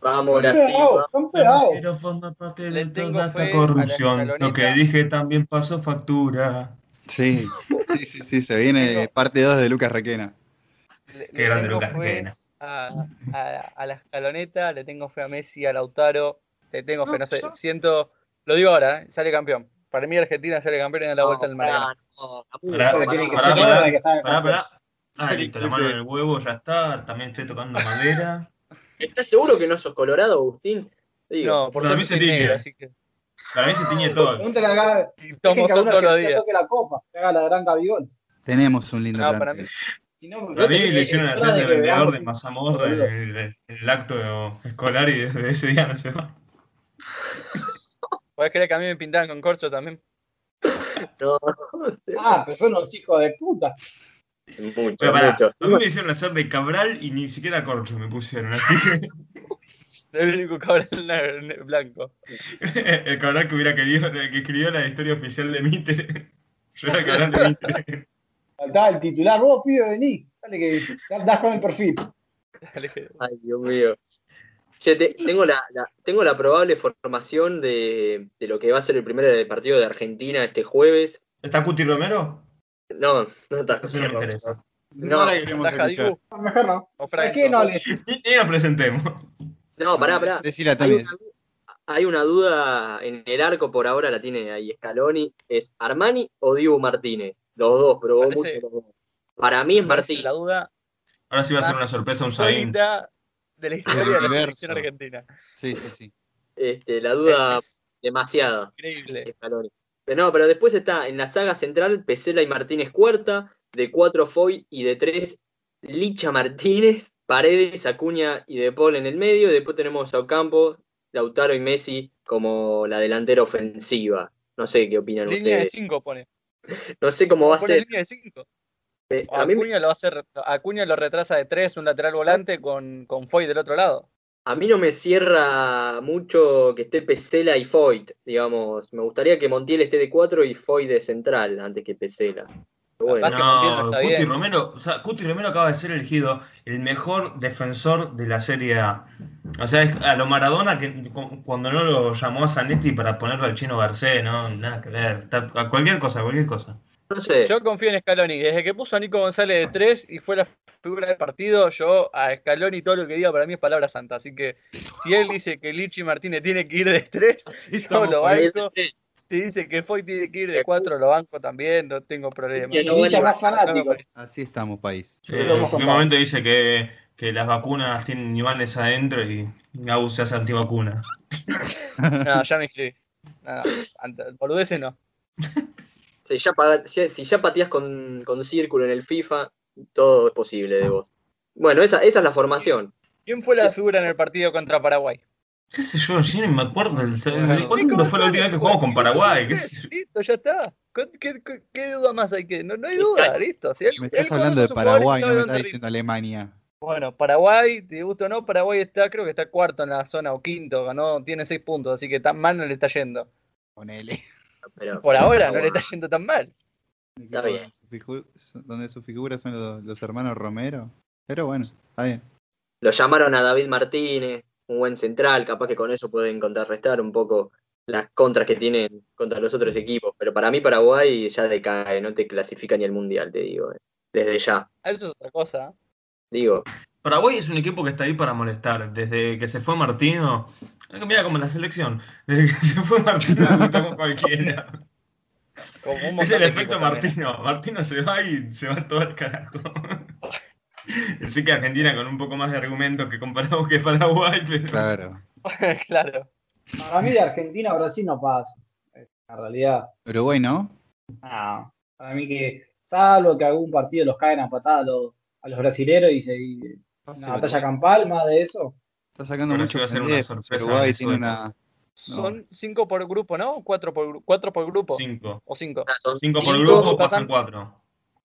Speaker 7: vamos
Speaker 9: Son
Speaker 7: Brasil,
Speaker 9: pegados,
Speaker 7: vamos".
Speaker 9: son pegados.
Speaker 6: Pero forma parte
Speaker 5: Le
Speaker 6: de
Speaker 5: tengo
Speaker 6: toda
Speaker 5: fe
Speaker 6: esta
Speaker 5: a la
Speaker 6: corrupción.
Speaker 5: escaloneta.
Speaker 6: Lo que dije también pasó factura.
Speaker 8: Sí, sí, sí, sí, se viene parte 2 de Lucas Requena.
Speaker 5: le-
Speaker 6: Qué
Speaker 5: le
Speaker 6: grande
Speaker 5: tengo
Speaker 6: Lucas
Speaker 5: fe
Speaker 6: Requena.
Speaker 5: A, a- a la escaloneta, le tengo fe a Messi, a Lautaro. Le tengo fe,
Speaker 8: No,
Speaker 5: no sé,
Speaker 8: yo-
Speaker 5: siento. Lo digo ahora, ¿eh? sale campeón. Para mí, Argentina sale campeón en la vuelta del Maracaná.
Speaker 7: Pará, no,
Speaker 6: Pará,
Speaker 7: pará,
Speaker 9: Porque tiene que
Speaker 7: pará.
Speaker 9: ser
Speaker 6: pará,
Speaker 9: ahora que está-
Speaker 6: Pará, pará. Ah,
Speaker 8: Sí,
Speaker 6: listo,
Speaker 8: sí,
Speaker 6: la mano
Speaker 8: sí.
Speaker 6: en el huevo ya está. También estoy tocando madera.
Speaker 7: ¿Estás seguro que no sos colorado, Agustín? Digo,
Speaker 5: No, por
Speaker 6: Para mí
Speaker 5: suerte soy
Speaker 6: se tiene.
Speaker 5: negro, así que.
Speaker 6: Para mí se tiñe todo.
Speaker 9: Pregúntale a Gaga-
Speaker 5: Y
Speaker 9: dejen
Speaker 5: tomo
Speaker 9: que a
Speaker 5: sol
Speaker 9: uno
Speaker 5: todos los
Speaker 9: que
Speaker 5: días.
Speaker 9: toque la copa, que haga la gran Gabigol.
Speaker 8: Tenemos un lindo
Speaker 5: No, para
Speaker 8: plantel.
Speaker 9: Si no,
Speaker 6: Para mí
Speaker 9: creo que
Speaker 6: le hicieron
Speaker 9: es
Speaker 6: hacer
Speaker 9: hora
Speaker 6: de
Speaker 9: que
Speaker 6: vendedor
Speaker 9: veamos
Speaker 6: de
Speaker 9: si-
Speaker 6: mazamorra en
Speaker 9: boludo.
Speaker 6: el, en el acto escolar y desde ese día no se va.
Speaker 5: ¿Podés creer que a mí me pintaban con corcho también?
Speaker 7: no.
Speaker 9: Ah, pero son unos hijos de puta.
Speaker 7: Mucho,
Speaker 6: Pero pará,
Speaker 7: mucho.
Speaker 6: a mí me hicieron hacer de Cabral y ni siquiera corcho me pusieron. Así que
Speaker 5: El único cabrón ne- blanco.
Speaker 6: El cabrón que hubiera querido, el que escribió la historia oficial de Mitre. Yo era el cabrón de Mitre.
Speaker 9: Faltaba el titular, vos, pibe, vení. Dale que ya andás con el perfil.
Speaker 5: Dale, que-
Speaker 7: Ay, Dios mío. Che, te- tengo, la, la- tengo la probable formación de, de lo que va a ser el primer partido de Argentina este jueves.
Speaker 6: ¿Está Cuti Romero?
Speaker 7: No, no está.
Speaker 6: Eso no me interesa.
Speaker 7: No,
Speaker 8: Ahora queremos
Speaker 5: ¿Taja
Speaker 8: escuchar.
Speaker 5: Dibu
Speaker 9: No, mejor no.
Speaker 5: o
Speaker 9: ¿Sabes
Speaker 5: Franco?
Speaker 9: qué? No le
Speaker 6: Ni, ni lo presentemos.
Speaker 7: No, pará, pará.
Speaker 8: Decile a
Speaker 7: Hay
Speaker 8: Tami.
Speaker 7: una, hay una duda en el arco por ahora, la tiene ahí Scaloni. ¿Es Armani o Dibu Martínez? Los dos, probó
Speaker 5: Parece-
Speaker 7: mucho. los dos. Para mí es
Speaker 5: Me parece
Speaker 7: Martínez.
Speaker 5: La duda
Speaker 6: Ahora sí va a ser
Speaker 5: Más
Speaker 6: una sorpresa un Zayn.
Speaker 5: sólida de la historia de la
Speaker 8: universo.
Speaker 5: selección argentina.
Speaker 8: Sí, sí, sí.
Speaker 7: Este, la duda
Speaker 5: Es
Speaker 7: demasiada.
Speaker 5: increíble.
Speaker 7: Scaloni. Pero no, pero después está en la saga central Pesela y Martínez Cuarta, de cuatro Foy y de tres Licha Martínez, Paredes, Acuña y De Paul en el medio. Después tenemos a Ocampo, Lautaro y Messi como la delantera ofensiva. No sé qué opinan
Speaker 5: Línea de
Speaker 7: ustedes.
Speaker 5: 5 pone.
Speaker 7: No sé cómo va a
Speaker 5: Pone
Speaker 7: ser.
Speaker 5: línea de 5.
Speaker 7: Eh, A mí, me-
Speaker 5: Acuña lo, hace, re- Acuña lo retrasa de 3, un lateral volante con, con Foy del otro lado.
Speaker 7: a mí no me cierra mucho que esté Pesela y Foyt, digamos. Me gustaría que Montiel esté de cuatro y Foy de central antes que Pesela. Pero bueno,
Speaker 5: Capaz que Montiel no
Speaker 6: No,
Speaker 5: está
Speaker 6: Cuti
Speaker 5: bien.
Speaker 6: Romero, o sea, Cuti Romero acaba de ser elegido el mejor defensor de la Serie A. O sea, es a lo Maradona que cu- cuando no lo llamó a Zanetti para ponerlo al chino Garcés, no, nada que ver. Está- a cualquier cosa, cualquier cosa.
Speaker 7: no sé.
Speaker 5: Yo confío en Scaloni. Desde que puso a Nico González de 3 y fue la figura del partido, yo a Scaloni todo lo que diga para mí es palabra santa. Así que si él dice que Lichi Martínez tiene que ir de 3, yo lo
Speaker 7: Para mí
Speaker 5: banco.
Speaker 7: es-
Speaker 5: Si dice que Foy tiene que ir de 4 lo banco también, no tengo problema.
Speaker 9: Y
Speaker 7: Que no
Speaker 9: muchas
Speaker 7: vuelva.
Speaker 9: más fanáticos.
Speaker 8: Así estamos, país.
Speaker 9: Yo
Speaker 6: Eh,
Speaker 9: lo vamos
Speaker 6: en un
Speaker 9: con
Speaker 6: momento dice que, que las vacunas tienen imanes adentro y Gabu se hace antivacuna.
Speaker 5: No, ya me inscribí. No, no, ante- boludeces no.
Speaker 7: Si ya, paga- si- si ya pateás con, con círculo en el FIFA, todo es posible de vos. Bueno, esa, esa es la formación.
Speaker 5: ¿Quién fue la figura en el partido contra Paraguay?
Speaker 6: ¿Qué sé yo? Yo ni me acuerdo. del-
Speaker 8: Claro.
Speaker 6: ¿Cuándo fue la última vez que jugamos con Paraguay? ¿Qué sé yo?
Speaker 5: Listo, ya está. ¿Qué, qué- qué- qué duda más hay que.? No, no hay duda, listo. Si él-
Speaker 8: Me
Speaker 5: él
Speaker 8: estás
Speaker 5: conoce
Speaker 8: hablando
Speaker 5: a
Speaker 8: de
Speaker 5: sus jugadores y
Speaker 8: Paraguay,
Speaker 5: sabe
Speaker 8: no me
Speaker 5: dónde
Speaker 8: estás
Speaker 5: rinde.
Speaker 8: diciendo Alemania.
Speaker 5: Bueno, Paraguay, te gusta o no, Paraguay está, creo que está cuarto en la zona o quinto, ganó, tiene seis puntos, así que tan mal no le está yendo.
Speaker 8: Ponele.
Speaker 7: Pero,
Speaker 5: Por ahora no le está yendo tan mal.
Speaker 7: Está bien.
Speaker 8: Su figu- su- Donde sus figuras son los, los hermanos Romero. Pero bueno, está bien.
Speaker 7: Lo llamaron a David Martínez, un buen central, capaz que con eso pueden contrarrestar un poco las contras que tienen contra los otros equipos. Pero para mí Paraguay ya decae, no te clasifica ni el Mundial, te digo. eh. Desde ya,
Speaker 5: Ah, Eso es otra cosa. ¿eh?
Speaker 7: digo.
Speaker 6: Paraguay es un equipo que está ahí para molestar. Desde que se fue Martino. Mira, como la selección. Desde que se fue Martino, está con cualquiera.
Speaker 5: Como un
Speaker 6: Es
Speaker 5: montón
Speaker 6: el
Speaker 5: de
Speaker 6: efecto
Speaker 5: equipos también.
Speaker 6: Martino. Martino se va y se va todo al carajo. Así que Argentina con un poco más de argumentos que comparamos que Paraguay, pero.
Speaker 8: Claro.
Speaker 5: claro.
Speaker 9: Para mí de Argentina a Brasil no pasa. En realidad,
Speaker 8: Uruguay, ¿no?
Speaker 9: no. Para mí que, salvo que algún partido los caigan a patadas a los, a los brasileros y se y
Speaker 8: Pase,
Speaker 9: una batalla
Speaker 8: boludo.
Speaker 9: campal, más de eso.
Speaker 8: Está sacando
Speaker 6: Pero
Speaker 8: mucho
Speaker 6: sí va a ser una sorpresa
Speaker 8: Uruguay
Speaker 6: Venezuela.
Speaker 8: tiene una. No.
Speaker 5: Son cinco por grupo, ¿no? Cuatro por, gru- cuatro por grupo.
Speaker 6: Cinco.
Speaker 5: O cinco.
Speaker 7: Ah, son
Speaker 6: Cinco por
Speaker 7: cinco,
Speaker 6: grupo,
Speaker 5: pasan-
Speaker 6: pasan cuatro.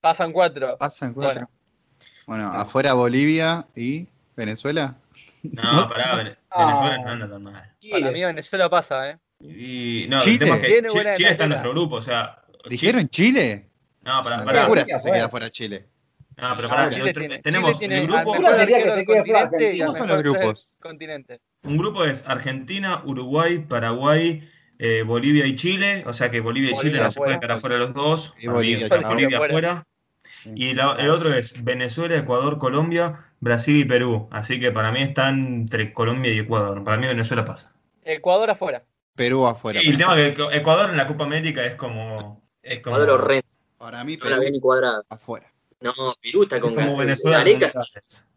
Speaker 5: Pasan cuatro.
Speaker 8: Pasan cuatro. Bueno, afuera Bolivia y Venezuela.
Speaker 6: No, pará, Vene-
Speaker 9: Ah.
Speaker 6: Venezuela no anda tan mal.
Speaker 5: Para mí Venezuela pasa, ¿eh?
Speaker 6: Y, no,
Speaker 8: Chile.
Speaker 6: el tema es que
Speaker 5: Tiene
Speaker 6: Chi-
Speaker 5: buena
Speaker 6: Chile, está en
Speaker 5: defensa.
Speaker 6: nuestro grupo, o sea. Chi-
Speaker 8: ¿Dijeron Chile?
Speaker 6: No, pará,
Speaker 8: Una
Speaker 6: pará.
Speaker 8: locura
Speaker 9: Sí,
Speaker 8: si se
Speaker 9: afuera.
Speaker 8: queda fuera Chile.
Speaker 6: No,
Speaker 5: No,
Speaker 6: pero pará,
Speaker 5: Chile
Speaker 6: nosotros
Speaker 5: tiene-
Speaker 6: tenemos
Speaker 5: Chile
Speaker 6: el
Speaker 5: tiene
Speaker 6: grupo.
Speaker 5: al mejor
Speaker 9: Yo diría que
Speaker 5: arquero
Speaker 9: se
Speaker 5: del
Speaker 9: quede fuera
Speaker 5: continente y
Speaker 9: Argentina.
Speaker 5: al
Speaker 8: ¿Cómo son
Speaker 5: mejor
Speaker 8: los
Speaker 5: tres del
Speaker 8: grupos?
Speaker 5: continente.
Speaker 6: Un grupo es Argentina, Uruguay, Paraguay, eh, Bolivia y Chile. O sea que Bolivia y
Speaker 5: Bolivia
Speaker 6: Chile no se
Speaker 5: afuera.
Speaker 6: pueden quedar afuera los dos. Para
Speaker 8: Y
Speaker 6: mí,
Speaker 8: Bolivia,
Speaker 6: o sea,
Speaker 5: chao.
Speaker 6: Bolivia
Speaker 5: Fuera.
Speaker 6: afuera. Y la- el otro es Venezuela, Ecuador, Colombia, Brasil y Perú. Así que para mí están entre Colombia y Ecuador. Para mí Venezuela pasa.
Speaker 5: Ecuador afuera.
Speaker 8: Perú afuera.
Speaker 6: Y el tema es que Ecuador en la Copa América es como. Es como,
Speaker 7: cuadro Renzo,
Speaker 8: Para mí,
Speaker 7: no la ve
Speaker 8: Perú
Speaker 7: ni cuadrada.
Speaker 8: afuera.
Speaker 7: No, Perú está
Speaker 6: es
Speaker 7: con
Speaker 6: como
Speaker 7: ganas.
Speaker 6: Venezuela.
Speaker 7: Gareca,
Speaker 6: con Chávez.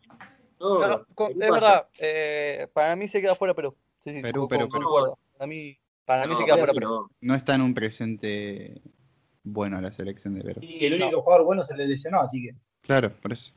Speaker 7: no,
Speaker 5: No, con- es
Speaker 7: Perú pasa.
Speaker 5: verdad, eh, para mí se queda fuera Perú. Sí, sí,
Speaker 8: Perú,
Speaker 5: con-
Speaker 8: Perú,
Speaker 5: con-
Speaker 8: Perú.
Speaker 5: concuerdo. Para mí, para mí
Speaker 7: No,
Speaker 5: se queda
Speaker 7: Perú
Speaker 5: fuera
Speaker 7: sí,
Speaker 5: Perú.
Speaker 7: no.
Speaker 8: No está en un presente bueno la selección de Perú.
Speaker 9: Y el único jugador bueno se le lesionó, así que.
Speaker 8: Claro, por eso.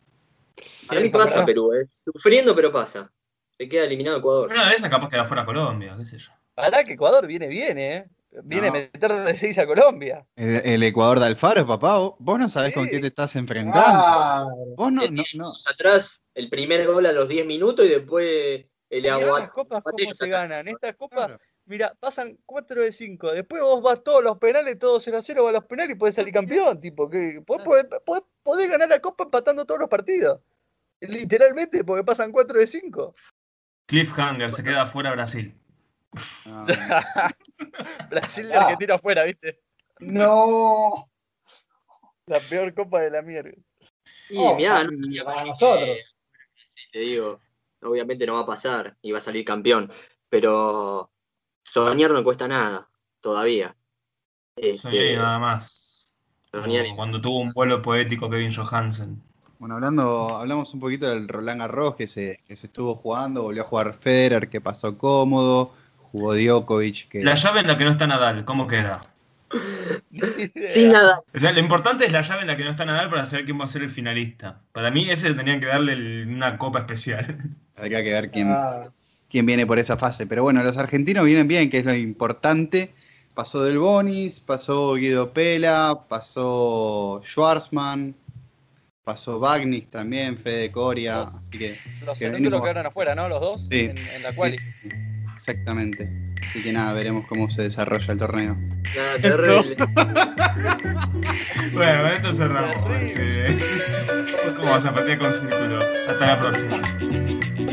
Speaker 7: Para mí
Speaker 5: Esa,
Speaker 7: pasa
Speaker 5: ¿verdad?
Speaker 7: Perú, eh. Sufriendo, pero pasa. Se queda eliminado Ecuador.
Speaker 6: Una de esas capaz queda fuera Colombia, qué sé yo.
Speaker 5: Pará que Ecuador viene bien, ¿eh? Viene
Speaker 8: No.
Speaker 5: a meter de 6 a Colombia.
Speaker 8: El, el Ecuador de Alfaro, papá, vos- vos no sabés con
Speaker 5: Sí.
Speaker 8: quién te estás enfrentando.
Speaker 9: Ah,
Speaker 8: Vos no, no, no.
Speaker 7: Atrás, el primer gol a los 10 minutos y después el
Speaker 5: Mirá Estas
Speaker 7: aguante.
Speaker 5: copas, ¿cómo
Speaker 7: Patino,
Speaker 5: se
Speaker 7: saca-
Speaker 5: ganan? Estas copas,
Speaker 8: Claro.
Speaker 5: mira, pasan 4 de 5. Después vos vas todos los penales, todos 0 a 0, vas a los penales y podés salir campeón. Tipo, que podés, podés- podés- podés ganar la copa empatando todos los partidos. Literalmente, porque pasan 4 de 5.
Speaker 6: Cliffhanger, se queda fuera Brasil.
Speaker 8: No, no.
Speaker 5: Brasil y
Speaker 9: Ah.
Speaker 5: Argentina afuera, ¿viste?
Speaker 9: no.
Speaker 5: La peor copa de la mierda.
Speaker 7: Y
Speaker 9: Oh,
Speaker 7: mirá,
Speaker 9: para-
Speaker 7: no, sí,
Speaker 9: para
Speaker 7: aparte
Speaker 9: nosotros.
Speaker 7: que- sí, te digo, obviamente no va a pasar y va a salir campeón. Pero soñar no cuesta nada, todavía. Este,
Speaker 6: Soñé y nada más.
Speaker 7: soñar y-
Speaker 6: Como Cuando tuvo un vuelo poético Kevin Johansen.
Speaker 8: Bueno, hablando, hablamos un poquito del Roland Garros que se, que se estuvo jugando, volvió a jugar Federer, que pasó cómodo, jugó Djokovic, que
Speaker 6: La llave en la que no está Nadal, ¿cómo queda?
Speaker 7: Sin nada.
Speaker 6: O sea, lo importante es la llave en la que no está Nadal para saber quién va a ser el finalista. Para mí, ese tenían que darle el- una copa especial.
Speaker 8: habría que ver quién,
Speaker 9: Ah,
Speaker 8: quién viene por esa fase. Pero bueno, los argentinos vienen bien, que es lo importante. Pasó Del Bonis, pasó Guido Pela, pasó Schwarzman, pasó Bagnis también, Fede Coria, así que
Speaker 5: Los
Speaker 8: Que
Speaker 5: que
Speaker 8: venimos.
Speaker 5: quedaron afuera, ¿no? Los dos.
Speaker 8: Sí.
Speaker 5: En, en la quali.
Speaker 8: sí, sí, sí, exactamente. Así que nada, veremos cómo se desarrolla el torneo.
Speaker 7: Nada, terrible.
Speaker 6: Bueno, con esto cerramos. Como ¿Cómo vas a patear con círculo? Hasta la próxima.